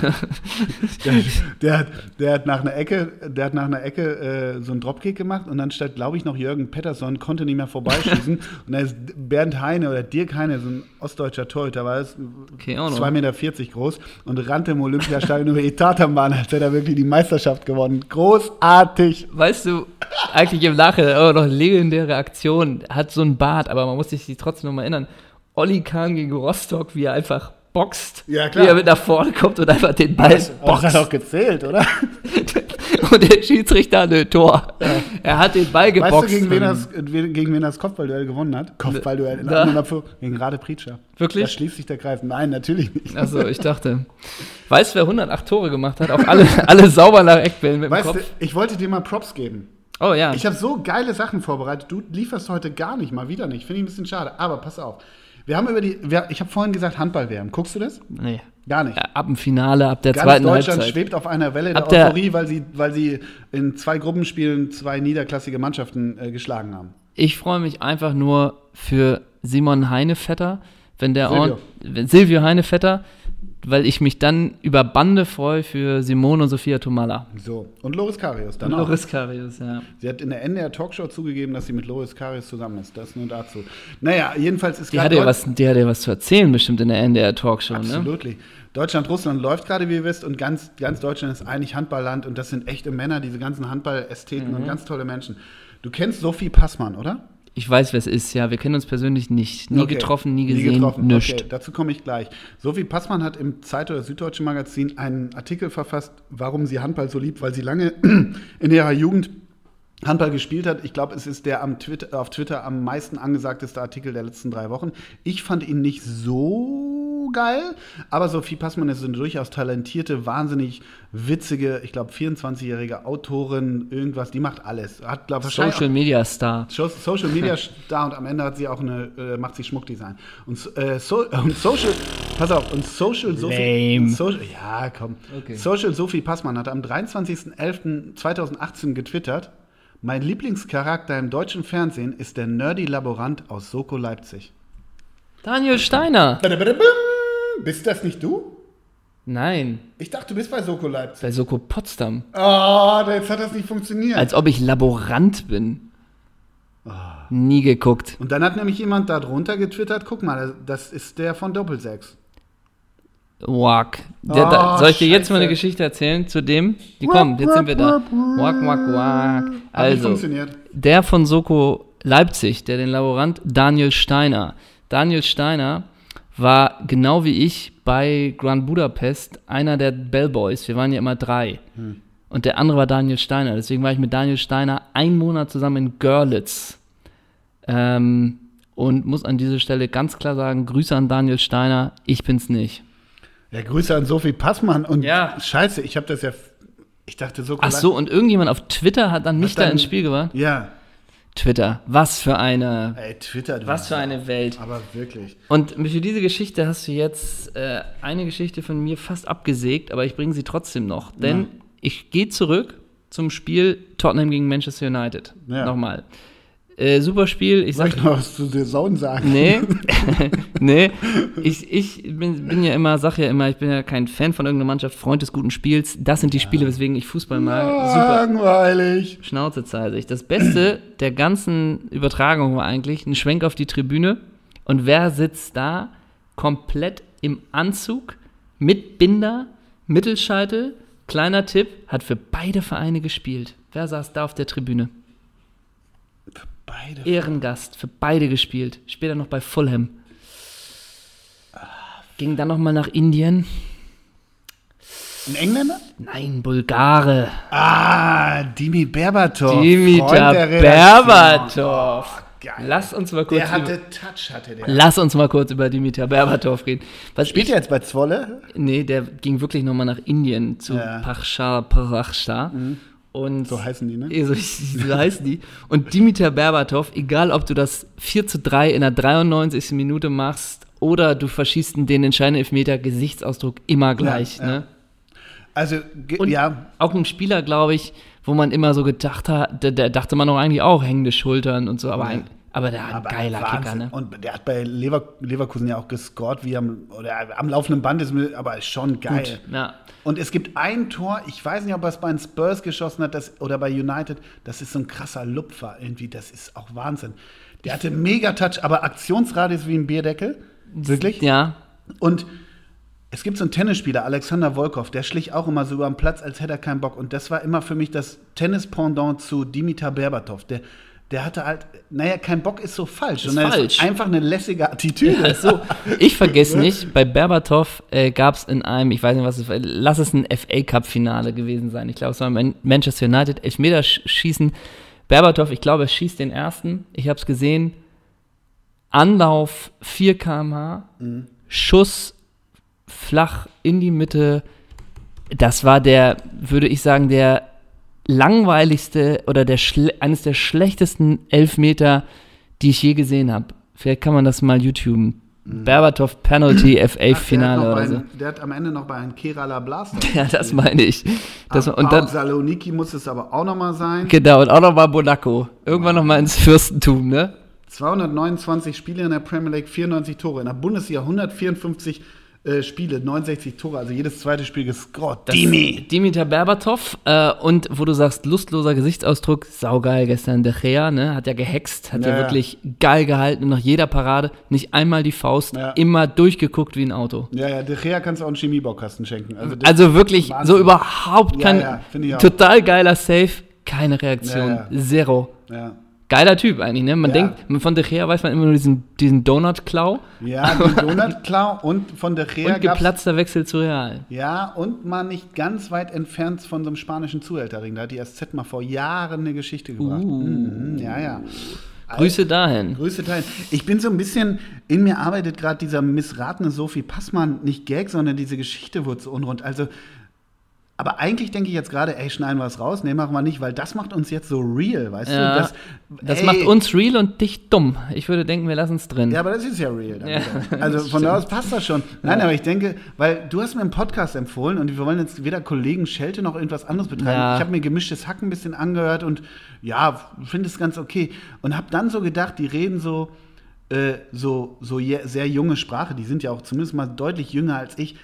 [SPEAKER 1] der, der, hat, der hat nach einer Ecke, der hat nach einer Ecke äh, so einen Dropkick gemacht und dann stand, glaube ich, noch Jürgen Pettersson, konnte nicht mehr vorbeischießen. und dann ist Bernd Heine oder Dirk Heine, so ein ostdeutscher Torhüter, war es
[SPEAKER 2] Okay, auch noch.
[SPEAKER 1] 2,40 Meter groß und rannte im Olympiastadion über die Tatanbahn, als hätte er wirklich die Meisterschaft gewonnen. Großartig.
[SPEAKER 2] Weißt du, eigentlich im Lache, aber noch legendäre Aktion, hat so einen Bart, aber man muss sich die trotzdem nochmal erinnern. Olli Kahn gegen Rostock, wie er einfach boxt,
[SPEAKER 1] Ja, klar.
[SPEAKER 2] wie er mit nach vorne kommt und einfach den Ball
[SPEAKER 1] Boah, Oh, hat
[SPEAKER 2] boxt.
[SPEAKER 1] auch gezählt, oder?
[SPEAKER 2] und der Schiedsrichter, nö, Tor. Er hat den Ball geboxt.
[SPEAKER 1] Weißt du, gegen wen, das, äh, we- gegen wen das Kopfballduell gewonnen hat? Kopfballduell in
[SPEAKER 2] Da.
[SPEAKER 1] anderen Abfuhr. Gegen Rade Pritscher.
[SPEAKER 2] Wirklich?
[SPEAKER 1] Da schließt sich der Kreis. Nein, natürlich nicht.
[SPEAKER 2] Achso, Also, ich dachte. Weißt du, wer 108 Tore gemacht hat? Auch alle, alle sauber nach Eckbällen mit dem
[SPEAKER 1] Weißt du,
[SPEAKER 2] Kopf.
[SPEAKER 1] ich wollte dir mal Props geben.
[SPEAKER 2] Oh ja.
[SPEAKER 1] Ich habe so geile Sachen vorbereitet. Du lieferst heute gar nicht, mal wieder nicht. Finde ich ein bisschen schade. Aber pass auf. Wir haben über die. Wir, ich habe vorhin gesagt, Handball-WM. Guckst du das?
[SPEAKER 2] nee.
[SPEAKER 1] Gar nicht.
[SPEAKER 2] Ja, ab dem Finale, ab der
[SPEAKER 1] Ganz
[SPEAKER 2] zweiten
[SPEAKER 1] Deutschland
[SPEAKER 2] Halbzeit.
[SPEAKER 1] schwebt auf einer Welle der,
[SPEAKER 2] Ab der-
[SPEAKER 1] Euphorie, weil sie, weil sie in zwei Gruppenspielen zwei niederklassige Mannschaften äh, geschlagen haben.
[SPEAKER 2] Ich freue mich einfach nur für Simon Heinevetter, wenn der
[SPEAKER 1] Silvio.
[SPEAKER 2] Silvio. Silvio Heinevetter, weil ich mich dann über Bande freue für Simone und Sophia Tomala.
[SPEAKER 1] So. Und Loris Karius dann auch.
[SPEAKER 2] Loris Karius, ja.
[SPEAKER 1] Sie hat in der NDR Talkshow zugegeben, dass sie mit Loris Karius zusammen ist. Das nur dazu. Naja, jedenfalls ist
[SPEAKER 2] Die hat, ja was, die hat ja was zu erzählen, bestimmt in der NDR Talkshow, ne?
[SPEAKER 1] Absolut. Deutschland, Russland läuft gerade, wie ihr wisst, und ganz, ganz Deutschland ist eigentlich Handballland und das sind echte Männer, diese ganzen Handballästheten
[SPEAKER 2] Mhm.
[SPEAKER 1] und ganz tolle Menschen. Du kennst Sophie Passmann, oder?
[SPEAKER 2] Ich weiß, wer es ist, ja. Wir kennen uns persönlich nicht. Nie
[SPEAKER 1] Okay.
[SPEAKER 2] getroffen, nie gesehen, nischt.
[SPEAKER 1] Okay, dazu komme ich gleich. Sophie Passmann hat im Zeit- oder Süddeutschen Magazin einen Artikel verfasst, warum sie Handball so liebt, weil sie lange in ihrer Jugend Handball gespielt hat. Ich glaube, es ist der am Twitter, auf Twitter am meisten angesagteste Artikel der letzten drei Wochen. Ich fand ihn nicht so geil, aber Sophie Passmann ist eine durchaus talentierte, wahnsinnig witzige, ich glaube 24-jährige Autorin, irgendwas, die macht alles. Hat, glaub, wahrscheinlich
[SPEAKER 2] Social Media Star.
[SPEAKER 1] Scho- Social Media da und am Ende hat sie auch eine, äh, macht sie Schmuckdesign. Und, so- äh, so, und Social, pass auf, und Social Sophie.
[SPEAKER 2] Lame.
[SPEAKER 1] und Social, ja, komm.
[SPEAKER 2] Okay.
[SPEAKER 1] Social Sophie Passmann hat am 23.11.2018 getwittert: Mein Lieblingscharakter im deutschen Fernsehen ist der nerdy Laborant aus Soko Leipzig.
[SPEAKER 2] Daniel Steiner.
[SPEAKER 1] Bist das nicht du?
[SPEAKER 2] Nein,
[SPEAKER 1] Ich dachte, du bist bei Soko Leipzig.
[SPEAKER 2] bei Soko Potsdam.
[SPEAKER 1] Oh, jetzt hat das nicht funktioniert.
[SPEAKER 2] Als ob ich Laborant bin. Nie geguckt.
[SPEAKER 1] und dann hat nämlich jemand da drunter getwittert: Guck mal, das ist der von Doppelsechs.
[SPEAKER 2] Wack. Der,
[SPEAKER 1] Oh,
[SPEAKER 2] da, soll ich dir jetzt mal eine
[SPEAKER 1] Scheiße.
[SPEAKER 2] Geschichte erzählen zu dem? Die kommt, jetzt sind wir da. Wack, wack,
[SPEAKER 1] Hat
[SPEAKER 2] wack.
[SPEAKER 1] nicht
[SPEAKER 2] Also,
[SPEAKER 1] funktioniert.
[SPEAKER 2] der von Soko Leipzig, der den Laborant Daniel Steiner. Daniel Steiner war genau wie ich bei Grand Budapest einer der Bellboys. Wir waren ja immer drei. Und der andere war Daniel Steiner. Deswegen war ich mit Daniel Steiner einen Monat zusammen in Görlitz. Ähm, und muss an dieser Stelle ganz klar sagen: Grüße an Daniel Steiner. Ich bin's nicht.
[SPEAKER 1] Ja, Grüße an Sophie Passmann. Und
[SPEAKER 2] Ja.
[SPEAKER 1] scheiße, ich habe das ja. Ich dachte so.
[SPEAKER 2] Ach so, und irgendjemand auf Twitter hat dann mich
[SPEAKER 1] dann-
[SPEAKER 2] da ins Spiel gebracht.
[SPEAKER 1] Ja.
[SPEAKER 2] Twitter, was für eine,
[SPEAKER 1] Ey, Twitter. du-
[SPEAKER 2] was für eine Welt.
[SPEAKER 1] Aber wirklich.
[SPEAKER 2] Und für diese Geschichte hast du jetzt äh, eine Geschichte von mir fast abgesägt, aber ich bringe sie trotzdem noch. Denn ich gehe zurück zum Spiel Tottenham gegen Manchester United.
[SPEAKER 1] Ja.
[SPEAKER 2] Nochmal. Äh, super Spiel. Ich
[SPEAKER 1] Soll
[SPEAKER 2] sag
[SPEAKER 1] ich noch was zu der Saun sagen?
[SPEAKER 2] Nee, nee. Ich, ich bin, bin ja immer, sag ja immer, ich bin ja kein Fan von irgendeiner Mannschaft, Freund des guten Spiels. Das sind die Spiele, weswegen ich Fußball mag. Super.
[SPEAKER 1] Ah, Langweilig.
[SPEAKER 2] Schnauze zeisig. Das Beste der ganzen Übertragung war eigentlich ein Schwenk auf die Tribüne. Und wer sitzt da komplett im Anzug mit Binder, Mittelscheitel? Kleiner Tipp, hat für beide Vereine gespielt. Wer saß da auf der Tribüne?
[SPEAKER 1] Beide.
[SPEAKER 2] Ehrengast, für beide gespielt. Später noch bei Fulham. Ging dann nochmal nach Indien.
[SPEAKER 1] Ein Engländer?
[SPEAKER 2] Nein, Bulgare.
[SPEAKER 1] Ah, Dimi Berbatov.
[SPEAKER 2] Dimitar
[SPEAKER 1] Oh, Freund der Redaktion.
[SPEAKER 2] Berbatov.
[SPEAKER 1] Geil.
[SPEAKER 2] Lass uns mal kurz
[SPEAKER 1] Der
[SPEAKER 2] über-
[SPEAKER 1] hatte Touch, hatte der.
[SPEAKER 2] Lass uns mal kurz über Dimitar Berbatov reden. Was
[SPEAKER 1] Spielt
[SPEAKER 2] ich,
[SPEAKER 1] er jetzt bei Zwolle?
[SPEAKER 2] Nee, der ging wirklich nochmal nach Indien zu
[SPEAKER 1] Ja. Mhm.
[SPEAKER 2] ja. Parshar Parashta. Und
[SPEAKER 1] So heißen die, ne?
[SPEAKER 2] Ja, so, so heißen die. Und Dimitar Berbatov, egal ob du das 4 zu 3 in der 93. Minute machst oder du verschießt den entscheidenden Elfmeter, Gesichtsausdruck immer gleich.
[SPEAKER 1] ja.
[SPEAKER 2] Ne?
[SPEAKER 1] Also, ge-
[SPEAKER 2] Und
[SPEAKER 1] ja.
[SPEAKER 2] auch ein Spieler, glaube ich, wo man immer so gedacht hat, da, da dachte man doch eigentlich auch hängende Schultern und so, aber, ein, aber der
[SPEAKER 1] Aber
[SPEAKER 2] geiler
[SPEAKER 1] Wahnsinn.
[SPEAKER 2] Kicker, ne?
[SPEAKER 1] Und der hat bei Lever Leverkusen ja auch gescored, wie am, oder am laufenden Band ist, mir- aber schon geil.
[SPEAKER 2] Ja.
[SPEAKER 1] Und es gibt ein Tor, ich weiß nicht, ob er es bei den Spurs geschossen hat das, oder bei United. Das ist so ein krasser Lupfer irgendwie. Das ist auch Wahnsinn. Der hatte Mega-Touch, aber Aktionsradius wie ein Bierdeckel. Wirklich?
[SPEAKER 2] Ja,
[SPEAKER 1] Und es gibt so einen Tennisspieler, Alexander Wolkow, der schlich auch immer so über den Platz, als hätte er keinen Bock. Und das war immer für mich das Tennis-Pendant zu Dimitar Berbatov. Der, der hatte halt, naja, kein Bock ist so falsch,
[SPEAKER 2] Ist
[SPEAKER 1] sondern es
[SPEAKER 2] falsch.
[SPEAKER 1] ist einfach eine lässige Attitüde.
[SPEAKER 2] Also, ich vergesse nicht, bei Berbatov äh, gab es in einem, ich weiß nicht was, es war, lass es ein FA Cup Finale gewesen sein. Ich glaube, es war Man Manchester United Elfmeterschießen. Berbatov, ich glaube, er schießt den ersten. Ich habe es gesehen. Anlauf 4 km/h, Schuss flach in die Mitte. Das war der, würde ich sagen, der langweiligste oder der schle- eines der schlechtesten Elfmeter, die ich je gesehen habe. Vielleicht kann man das mal YouTuben. Berbatov Penalty FA Finale
[SPEAKER 1] Mhm. der,
[SPEAKER 2] oder
[SPEAKER 1] hat noch Äh,
[SPEAKER 2] so.
[SPEAKER 1] bei einem- der hat am Ende noch bei einem Kerala Blaster.
[SPEAKER 2] Ja, das meine ich. Das,
[SPEAKER 1] Am
[SPEAKER 2] und dann,
[SPEAKER 1] Baum Saloniki muss es aber auch nochmal sein.
[SPEAKER 2] genau, und auch nochmal Monaco. Irgendwann nochmal ins Fürstentum, ne?
[SPEAKER 1] 229 Spiele in der Premier League, 94 Tore. In der Bundesliga 154 äh, Spiele, 69 Tore. Also jedes zweite Spiel gescored.
[SPEAKER 2] Das- Dimitar Berbatov. Äh, und wo du sagst, lustloser Gesichtsausdruck, saugeil gestern. De Gea, ne, hat ja gehext, hat ja,
[SPEAKER 1] Ja, ja.
[SPEAKER 2] wirklich geil gehalten. Nach jeder Parade nicht einmal die Faust,
[SPEAKER 1] Ja.
[SPEAKER 2] immer durchgeguckt wie ein Auto.
[SPEAKER 1] Ja, ja, De Gea kannst du auch einen Chemiebaukasten schenken. Also, das-
[SPEAKER 2] Also wirklich
[SPEAKER 1] Wahnsinn.
[SPEAKER 2] so überhaupt
[SPEAKER 1] Ja,
[SPEAKER 2] kein,
[SPEAKER 1] ja, finde ich auch.
[SPEAKER 2] total geiler Save, keine Reaktion,
[SPEAKER 1] Ja, ja.
[SPEAKER 2] zero.
[SPEAKER 1] ja.
[SPEAKER 2] Geiler Typ eigentlich, ne? Man
[SPEAKER 1] Ja.
[SPEAKER 2] denkt, man- von De Gea weiß man immer nur diesen, diesen Donut-Klau
[SPEAKER 1] ja, den Donut klar und von De Gea
[SPEAKER 2] und
[SPEAKER 1] gab's-
[SPEAKER 2] geplatzter Wechsel zu Real.
[SPEAKER 1] Ja, und mal nicht ganz weit entfernt von so einem spanischen Zuhälterring. Da hat die SZ mal vor Jahren eine Geschichte gebracht.
[SPEAKER 2] Uh.
[SPEAKER 1] Mhm, ja, ja.
[SPEAKER 2] Grüße dahin.
[SPEAKER 1] Größte Teil. Ich bin so ein bisschen, in mir arbeitet gerade dieser missratene Sophie Passmann, nicht Gag, sondern diese Geschichte wurde so unrund. Also, aber eigentlich denke ich jetzt gerade, ey, schneiden wir es raus, nee, machen wir nicht, weil das macht uns jetzt so real, weißt
[SPEAKER 2] Ja,
[SPEAKER 1] du? Das,
[SPEAKER 2] Das
[SPEAKER 1] ey,
[SPEAKER 2] macht uns real und dich dumm. Ich würde denken, wir lassen es drin.
[SPEAKER 1] Ja, aber das ist ja real. dann
[SPEAKER 2] Ja,
[SPEAKER 1] wieder. Also von da aus passt das schon. Nein, aber ich denke, weil du hast mir einen Podcast empfohlen und wir wollen jetzt weder Kollegen Schelte noch irgendwas anderes betreiben.
[SPEAKER 2] Ja.
[SPEAKER 1] Ich habe mir gemischtes Hack ein bisschen angehört und ja, finde es ganz okay. Und habe dann so gedacht, die reden so, äh, so, so je, sehr junge Sprache. Die sind ja auch zumindest mal deutlich jünger als ich.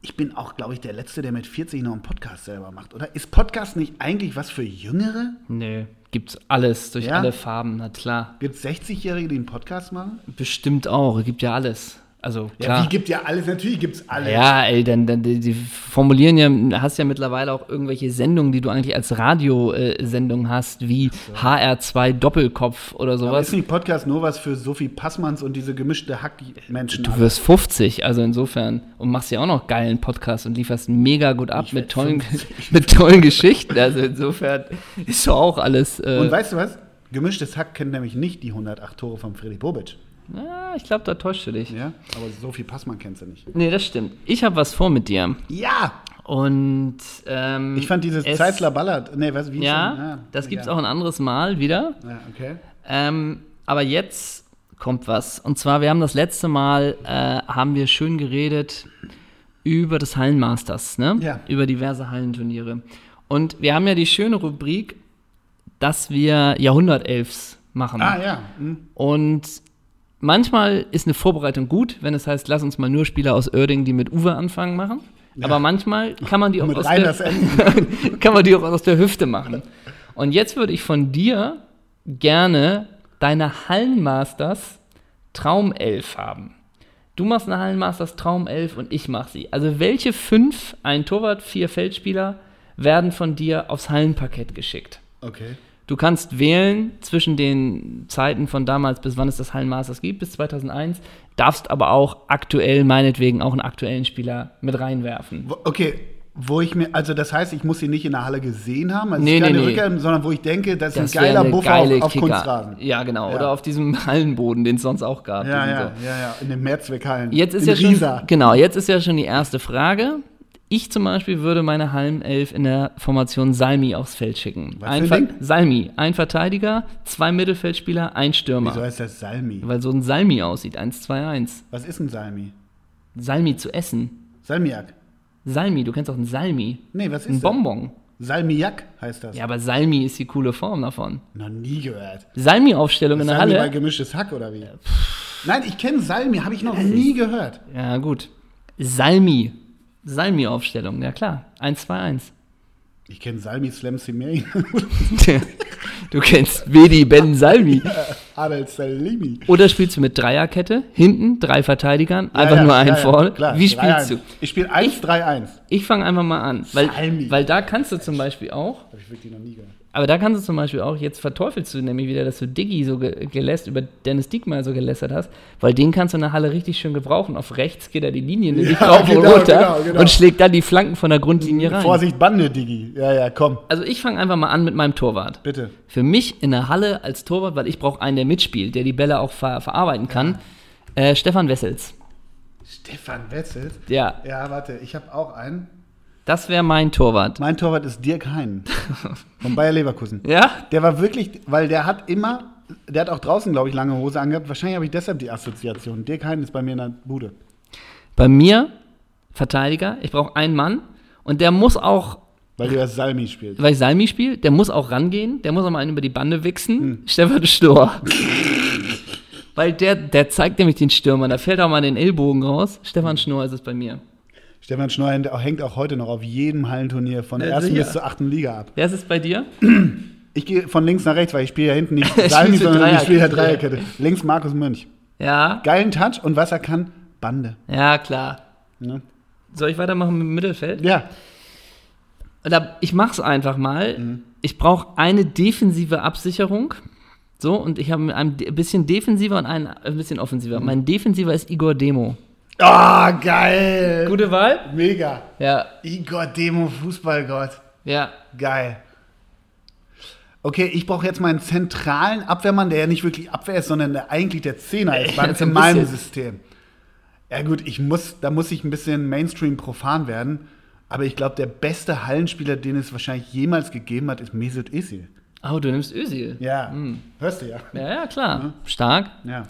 [SPEAKER 1] Ich bin auch, glaube ich, der Letzte, der mit 40 noch einen Podcast selber macht, oder? Ist Podcast nicht eigentlich was für Jüngere?
[SPEAKER 2] Nö, gibt's alles, durch
[SPEAKER 1] Ja?
[SPEAKER 2] alle Farben, na klar.
[SPEAKER 1] Gibt es 60-Jährige, die einen Podcast machen?
[SPEAKER 2] Bestimmt auch, gibt ja alles. Also
[SPEAKER 1] Ja,
[SPEAKER 2] klar.
[SPEAKER 1] die gibt ja alles, natürlich gibt es alles.
[SPEAKER 2] Ja, ey, dann, dann die, die formulieren ja, hast ja mittlerweile auch irgendwelche Sendungen, die du eigentlich als Radiosendung hast, wie HR2 Doppelkopf
[SPEAKER 1] Aber
[SPEAKER 2] oder
[SPEAKER 1] ist
[SPEAKER 2] sowas.
[SPEAKER 1] nicht Podcast nur was für Sophie Passmanns und diese gemischte Hack-Menschen?
[SPEAKER 2] Du wirst 50, also insofern und machst ja auch noch geilen Podcast und lieferst mega gut ab
[SPEAKER 1] Ich
[SPEAKER 2] mit
[SPEAKER 1] werd
[SPEAKER 2] tollen, mit tollen Geschichten. Also insofern ist doch auch alles. Äh,
[SPEAKER 1] und weißt du was? Gemischtes Hack kennt nämlich nicht die 108 Tore von Freddy Bobic.
[SPEAKER 2] ah, ich glaube, da täuscht du dich.
[SPEAKER 1] Ja? Aber Sophie Passmann kennt sie nicht.
[SPEAKER 2] Nee, das stimmt. Ich habe was vor mit dir.
[SPEAKER 1] Ja!
[SPEAKER 2] Und ähm,
[SPEAKER 1] Ich fand dieses
[SPEAKER 2] es-
[SPEAKER 1] Zeissler Ballert. Nee, was, wie hieß
[SPEAKER 2] Ja,
[SPEAKER 1] er?
[SPEAKER 2] das gibt's
[SPEAKER 1] egal.
[SPEAKER 2] auch ein anderes Mal wieder.
[SPEAKER 1] Ja, okay.
[SPEAKER 2] Ähm, aber jetzt kommt was. Und zwar, wir haben das letzte Mal, äh, haben wir schön geredet über das Hallenmasters, ne?
[SPEAKER 1] Ja.
[SPEAKER 2] Über diverse Hallenturniere. Und wir haben ja die schöne Rubrik, dass wir Jahrhundertelfs machen.
[SPEAKER 1] Ah, ja. Hm.
[SPEAKER 2] Und manchmal ist eine Vorbereitung gut, wenn es heißt, lass uns mal nur Spieler aus Oerding, die mit Uwe anfangen, machen. Aber manchmal kann man die auch
[SPEAKER 1] Mit
[SPEAKER 2] aus
[SPEAKER 1] rein
[SPEAKER 2] der,
[SPEAKER 1] das Ende.
[SPEAKER 2] kann man die auch aus der Hüfte machen. Und jetzt würde ich von dir gerne deine Hallenmasters Traumelf haben. Du machst eine Hallenmasters Traumelf und ich mache sie. Also welche fünf, ein Torwart, vier Feldspieler, werden von dir aufs Hallenparkett geschickt?
[SPEAKER 1] Okay.
[SPEAKER 2] Du kannst wählen zwischen den Zeiten von damals, bis wann es das Hallenmasters gibt, bis 2001, darfst aber auch aktuell, meinetwegen, auch einen aktuellen Spieler mit reinwerfen.
[SPEAKER 1] Wo- Okay. Wo ich mir, also das heißt, ich muss sie nicht in der Halle gesehen haben, also es
[SPEAKER 2] Nee,
[SPEAKER 1] ist keine
[SPEAKER 2] nee, nee.
[SPEAKER 1] Rückkehr, sondern wo ich denke, das ist ein
[SPEAKER 2] wär
[SPEAKER 1] geiler
[SPEAKER 2] eine
[SPEAKER 1] Buffer
[SPEAKER 2] geile
[SPEAKER 1] auf, auf
[SPEAKER 2] Kicker.
[SPEAKER 1] Kunstrasen.
[SPEAKER 2] Ja, genau.
[SPEAKER 1] Ja.
[SPEAKER 2] Oder auf diesem Hallenboden, den es sonst auch gab.
[SPEAKER 1] Ja,
[SPEAKER 2] diesen
[SPEAKER 1] ja,
[SPEAKER 2] so.
[SPEAKER 1] ja, ja, in den Mehrzweckhallen.
[SPEAKER 2] Jetzt ist
[SPEAKER 1] in
[SPEAKER 2] ja
[SPEAKER 1] Riesa.
[SPEAKER 2] schon, genau, jetzt ist ja schon die erste Frage. Ich zum Beispiel würde meine Hallenelf in der Formation Salmi aufs Feld schicken.
[SPEAKER 1] Was für ein
[SPEAKER 2] Ver-
[SPEAKER 1] Ding?
[SPEAKER 2] Salmi, ein Verteidiger, zwei Mittelfeldspieler, ein Stürmer.
[SPEAKER 1] Wieso heißt das Salmi?
[SPEAKER 2] Weil so ein Salmi aussieht, 1-2-1.
[SPEAKER 1] Was ist ein Salmi?
[SPEAKER 2] Salmi zu essen.
[SPEAKER 1] Salmiak.
[SPEAKER 2] Salmi, du kennst auch einen Salmi.
[SPEAKER 1] Nee, was ist
[SPEAKER 2] Ein
[SPEAKER 1] das?
[SPEAKER 2] Bonbon.
[SPEAKER 1] Salmiak heißt das.
[SPEAKER 2] Ja, aber Salmi ist die coole Form davon.
[SPEAKER 1] Noch nie gehört.
[SPEAKER 2] Salmi-Aufstellung in der
[SPEAKER 1] Salmi bei
[SPEAKER 2] Halle.
[SPEAKER 1] gemischtes Hack oder wie? Nein, ich kenne Salmi, habe ich noch nie gehört.
[SPEAKER 2] Ja, gut. Salmi. Salmi-Aufstellung, ja klar. 1-2-1.
[SPEAKER 1] Ich kenne Salmi Slam Simei.
[SPEAKER 2] du kennst Bedi Ben Salmi.
[SPEAKER 1] Adel Salimi.
[SPEAKER 2] Oder spielst du mit Dreierkette, hinten drei Verteidigern, einfach nur einen vorne. Wie spielst du?
[SPEAKER 1] Ich spiele 1-3-1.
[SPEAKER 2] Ich fange einfach mal an, weil,
[SPEAKER 1] Salmi.
[SPEAKER 2] weil da kannst du zum Beispiel auch,
[SPEAKER 1] Habe ich wirklich noch nie gehört.
[SPEAKER 2] Aber da kannst du zum Beispiel auch, jetzt verteufelst du nämlich wieder, dass du Diggi so ge gelässt, über Dennis Diekmeyer so gelästert hast, weil den kannst du in der Halle richtig schön gebrauchen. Auf rechts geht er die Linien nämlich
[SPEAKER 1] Ja,
[SPEAKER 2] rauf
[SPEAKER 1] genau,
[SPEAKER 2] und runter
[SPEAKER 1] genau, genau.
[SPEAKER 2] und schlägt dann die Flanken von der Grundlinie rein.
[SPEAKER 1] Vorsicht, Bande, Digi. Ja, ja, komm,
[SPEAKER 2] Also ich fange einfach mal an mit meinem Torwart.
[SPEAKER 1] bitte.
[SPEAKER 2] Für mich in der Halle als Torwart, weil ich brauche einen, der mitspielt, der die Bälle auch ver verarbeiten kann, äh, Stefan Wessels.
[SPEAKER 1] Stefan Wetzel.
[SPEAKER 2] Ja,
[SPEAKER 1] Ja, warte, ich habe auch einen.
[SPEAKER 2] das wäre mein Torwart.
[SPEAKER 1] Mein Torwart ist Dirk Hein von Bayer Leverkusen.
[SPEAKER 2] Ja?
[SPEAKER 1] Der war wirklich, weil der hat immer, der hat auch draußen, glaube ich, lange Hose angehabt. Wahrscheinlich habe ich deshalb die Assoziation. Dirk Hein ist bei mir in der Bude.
[SPEAKER 2] Bei mir Verteidiger, ich brauche einen Mann und der muss auch
[SPEAKER 1] Weil du ja Salmi spielst.
[SPEAKER 2] weil ich Salmi spiele, der muss auch rangehen, der muss auch mal einen über die Bande wichsen. Stefan Stor. weil der, der zeigt nämlich den Stürmer, da fällt auch mal den Ellbogen raus. Stefan Schnur ist es bei mir.
[SPEAKER 1] Stefan Schneuer hängt auch heute noch auf jedem Hallenturnier von der
[SPEAKER 2] Ja,
[SPEAKER 1] ersten
[SPEAKER 2] sicher.
[SPEAKER 1] bis zur achten Liga ab.
[SPEAKER 2] Wer ist es bei dir?
[SPEAKER 1] Ich gehe von links nach rechts, weil ich spiele ja hinten nicht
[SPEAKER 2] Spielst
[SPEAKER 1] Salmi,
[SPEAKER 2] du
[SPEAKER 1] sondern ich
[SPEAKER 2] Dreierkette.
[SPEAKER 1] spiele ja Dreierkette. Links Markus Münch.
[SPEAKER 2] Ja,
[SPEAKER 1] Geilen Touch und was er kann, Bande.
[SPEAKER 2] ja, klar.
[SPEAKER 1] Ne?
[SPEAKER 2] Soll ich weitermachen mit dem Mittelfeld?
[SPEAKER 1] Ja,
[SPEAKER 2] Oder ich mach's einfach mal. Ich brauche eine defensive Absicherung. So, und ich habe ein bisschen defensiver und einen ein äh, bisschen offensiver. Mein defensiver ist Igor Demo.
[SPEAKER 1] Ah, geil!
[SPEAKER 2] Gute Wahl?
[SPEAKER 1] Mega!
[SPEAKER 2] Ja,
[SPEAKER 1] Igor Demo, Fußballgott.
[SPEAKER 2] ja.
[SPEAKER 1] Geil. Okay, ich brauche jetzt meinen zentralen Abwehrmann, der ja nicht wirklich Abwehr ist, sondern der eigentlich der Zehner ist beim,
[SPEAKER 2] so ein
[SPEAKER 1] in meinem
[SPEAKER 2] bisschen.
[SPEAKER 1] System. Ja gut, ich muss, da muss ich ein bisschen Mainstream-profan werden, aber ich glaube, der beste Hallenspieler, den es wahrscheinlich jemals gegeben hat, ist Mesut Özil.
[SPEAKER 2] Oh, du nimmst Özil.
[SPEAKER 1] Ja,
[SPEAKER 2] Hm.
[SPEAKER 1] hörst du ja.
[SPEAKER 2] Ja, ja, klar. Stark.
[SPEAKER 1] Ja,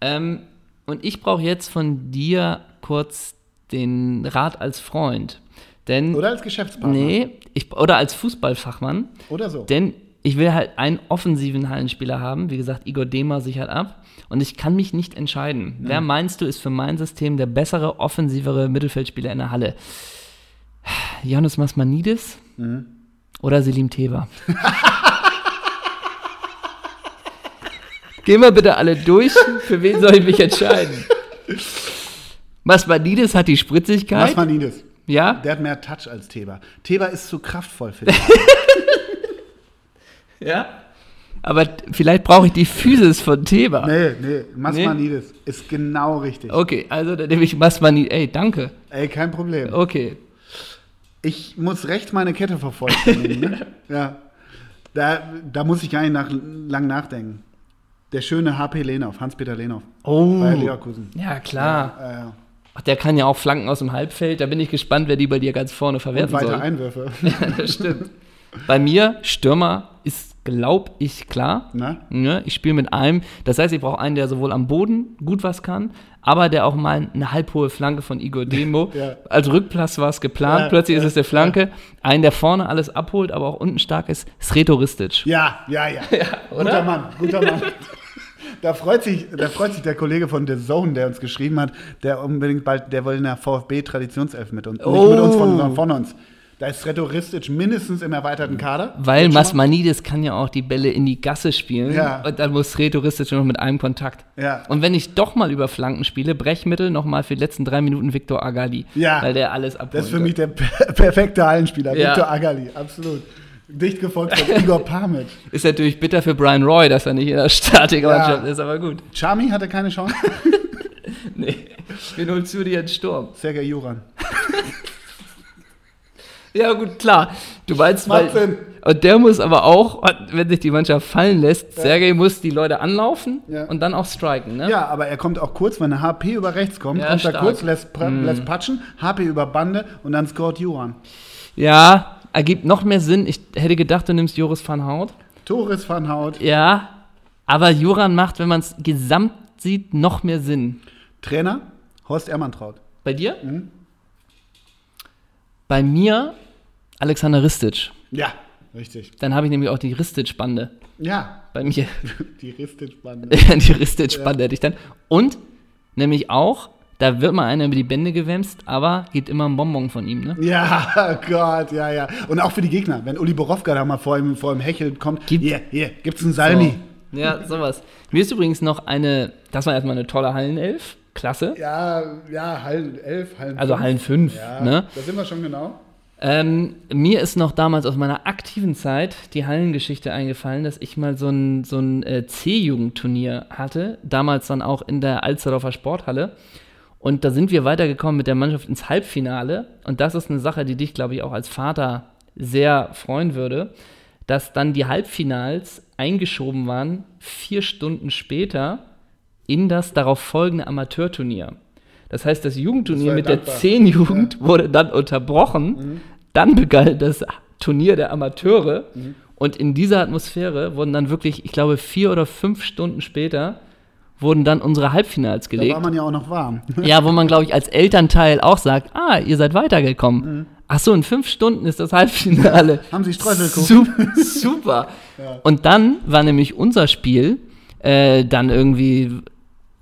[SPEAKER 2] Ähm, und ich brauche jetzt von dir kurz den Rat als Freund. Denn.
[SPEAKER 1] oder als Geschäftspartner.
[SPEAKER 2] Nee, ich, oder als Fußballfachmann.
[SPEAKER 1] Oder so.
[SPEAKER 2] Denn ich will halt einen offensiven Hallenspieler haben. Wie gesagt, Igor Dema sichert ab. Und ich kann mich nicht entscheiden. Wer meinst du, ist für mein System der bessere, offensivere Mittelfeldspieler in der Halle? Jonas Masmanidis oder Selim Teba? Gehen wir bitte alle durch. Für wen soll ich mich entscheiden? Masmanidis hat die Spritzigkeit.
[SPEAKER 1] Was man ihn ist.
[SPEAKER 2] ja?
[SPEAKER 1] Der hat mehr Touch als Theba. Theba ist zu kraftvoll, finde ich.
[SPEAKER 2] Ja. Aber t- vielleicht brauche ich die Physis von Teba.
[SPEAKER 1] Nee, nee, Masmanides ist genau richtig.
[SPEAKER 2] Okay, also dann nehme ich Masmani. Ey, danke.
[SPEAKER 1] Ey, kein Problem.
[SPEAKER 2] Okay.
[SPEAKER 1] Ich muss rechts meine Kette vervollständigen. ne? ja. Da, da muss ich gar nicht nach, lang nachdenken. Der schöne HP Lehnhoff, Hans-Peter Lehnhoff
[SPEAKER 2] Oh.
[SPEAKER 1] bei Leverkusen.
[SPEAKER 2] Ja, klar.
[SPEAKER 1] Äh, und
[SPEAKER 2] Ach, der kann ja auch Flanken aus dem Halbfeld. Da bin ich gespannt, wer die bei dir ganz vorne verwerten
[SPEAKER 1] weitere
[SPEAKER 2] soll.
[SPEAKER 1] Einwürfe.
[SPEAKER 2] das stimmt. Bei mir, Stürmer ist, glaube ich, klar.
[SPEAKER 1] Na?
[SPEAKER 2] Ne? Ich spiele mit einem. Das heißt, ich brauche einen, der sowohl am Boden gut was kann, aber der auch mal eine halbhohe Flanke von Igor Demo.
[SPEAKER 1] Ja.
[SPEAKER 2] Als Rückplatz war es geplant,
[SPEAKER 1] Ja,
[SPEAKER 2] plötzlich ist es der Flanke. Einen, der vorne alles abholt, aber auch unten stark ist, Sreto Ristic.
[SPEAKER 1] Ja, ja, ja. Guter Mann, guter Mann. Da freut, sich, da freut sich der Kollege von The Zone, der uns geschrieben hat, der unbedingt bald, der wollte in der VfB-Traditionself mit uns, nicht mit uns, von,
[SPEAKER 2] Oh.
[SPEAKER 1] sondern von uns. Da ist Retoristic mindestens im erweiterten Kader.
[SPEAKER 2] Weil
[SPEAKER 1] Jetzt schon mal.
[SPEAKER 2] Masmanidis kann ja auch die Bälle in die Gasse spielen
[SPEAKER 1] Ja.
[SPEAKER 2] und dann muss Retouristisch nur noch mit einem Kontakt.
[SPEAKER 1] Ja.
[SPEAKER 2] Und wenn ich doch mal über Flanken spiele, Brechmittel nochmal für die letzten drei Minuten Viktor Agali,
[SPEAKER 1] Ja.
[SPEAKER 2] weil der alles abholt.
[SPEAKER 1] Das ist für mich der per perfekte Hallenspieler,
[SPEAKER 2] äh, Ja.
[SPEAKER 1] Victor Agali, absolut. Dicht gefolgt von Igor Pamic.
[SPEAKER 2] Ist natürlich bitter für Brian Roy, dass er nicht in der Starting-Mannschaft ist, aber gut.
[SPEAKER 1] Charmi hatte keine Chance.
[SPEAKER 2] Nee. Wen holst du dir in den Sturm?
[SPEAKER 1] Sergei Juran.
[SPEAKER 2] Ja, gut, klar. Du meinst,
[SPEAKER 1] Macht
[SPEAKER 2] weil,
[SPEAKER 1] Sinn.
[SPEAKER 2] und der muss aber auch, wenn sich die Mannschaft fallen lässt, Sergei muss die Leute anlaufen
[SPEAKER 1] Ja.
[SPEAKER 2] und dann auch striken, ne?
[SPEAKER 1] Ja, aber er kommt auch kurz, wenn der HP über rechts kommt,
[SPEAKER 2] Ja,
[SPEAKER 1] kommt er
[SPEAKER 2] stark. Mhm.
[SPEAKER 1] kurz, lässt, pra- lässt patschen, HP über Bande und dann scoret Juran.
[SPEAKER 2] Ja, ergibt noch mehr Sinn. Ich hätte gedacht, du nimmst Joris van Hout.
[SPEAKER 1] Torres van Hout,
[SPEAKER 2] Ja, aber Juran macht, wenn man es gesamt sieht, noch mehr Sinn.
[SPEAKER 1] Trainer Horst Ermantraut.
[SPEAKER 2] Bei dir? Bei mir Alexander Ristic.
[SPEAKER 1] Ja, richtig.
[SPEAKER 2] Dann habe ich nämlich auch die Ristic-Bande.
[SPEAKER 1] Ja,
[SPEAKER 2] Bei mir
[SPEAKER 1] die Ristic-Bande.
[SPEAKER 2] die Ristic-Bande hätte ich dann. Und nämlich auch, da wird mal einer über die Bände gewämst, aber gibt immer ein Bonbon von ihm, ne?
[SPEAKER 1] Ja, oh Gott, ja, ja. Und auch für die Gegner. Wenn Uli Borowka da mal vor ihm, vor ihm hechelt kommt,
[SPEAKER 2] Gibt-
[SPEAKER 1] hier, hier, gibt's einen Salmi.
[SPEAKER 2] So. Ja, sowas. Mir ist übrigens noch eine, das war erstmal eine tolle Hallenelf. Klasse.
[SPEAKER 1] Ja, ja, Hallen 11, Hallen
[SPEAKER 2] Also Hallen 5,
[SPEAKER 1] Ja,
[SPEAKER 2] ne?
[SPEAKER 1] da sind wir schon genau.
[SPEAKER 2] Ähm, mir ist noch damals aus meiner aktiven Zeit die Hallengeschichte eingefallen, dass ich mal so ein, so ein äh, C-Jugendturnier hatte, damals dann auch in der Alsterdorfer Sporthalle. Und da sind wir weitergekommen mit der Mannschaft ins Halbfinale. Und das ist eine Sache, die dich, glaube ich, auch als Vater sehr freuen würde, dass dann die Halbfinals eingeschoben waren, vier Stunden später in das darauf folgende Amateurturnier. Das heißt, das Jugendturnier
[SPEAKER 1] Das war
[SPEAKER 2] mit der
[SPEAKER 1] dankbar. Mhm.
[SPEAKER 2] 10-Jugend wurde dann unterbrochen. Dann begann das Turnier der Amateure.
[SPEAKER 1] Mhm.
[SPEAKER 2] Und in dieser Atmosphäre wurden dann wirklich, ich glaube, vier oder fünf Stunden später wurden dann unsere Halbfinals
[SPEAKER 1] Da
[SPEAKER 2] gelegt.
[SPEAKER 1] war man ja auch noch warm.
[SPEAKER 2] Ja, wo man, glaube ich, als Elternteil auch sagt, ah, ihr seid weitergekommen. Ach so, in fünf Stunden ist das Halbfinale.
[SPEAKER 1] Mhm. Haben Sie Streuselkuchen?
[SPEAKER 2] Su super. Und dann war nämlich unser Spiel äh, dann irgendwie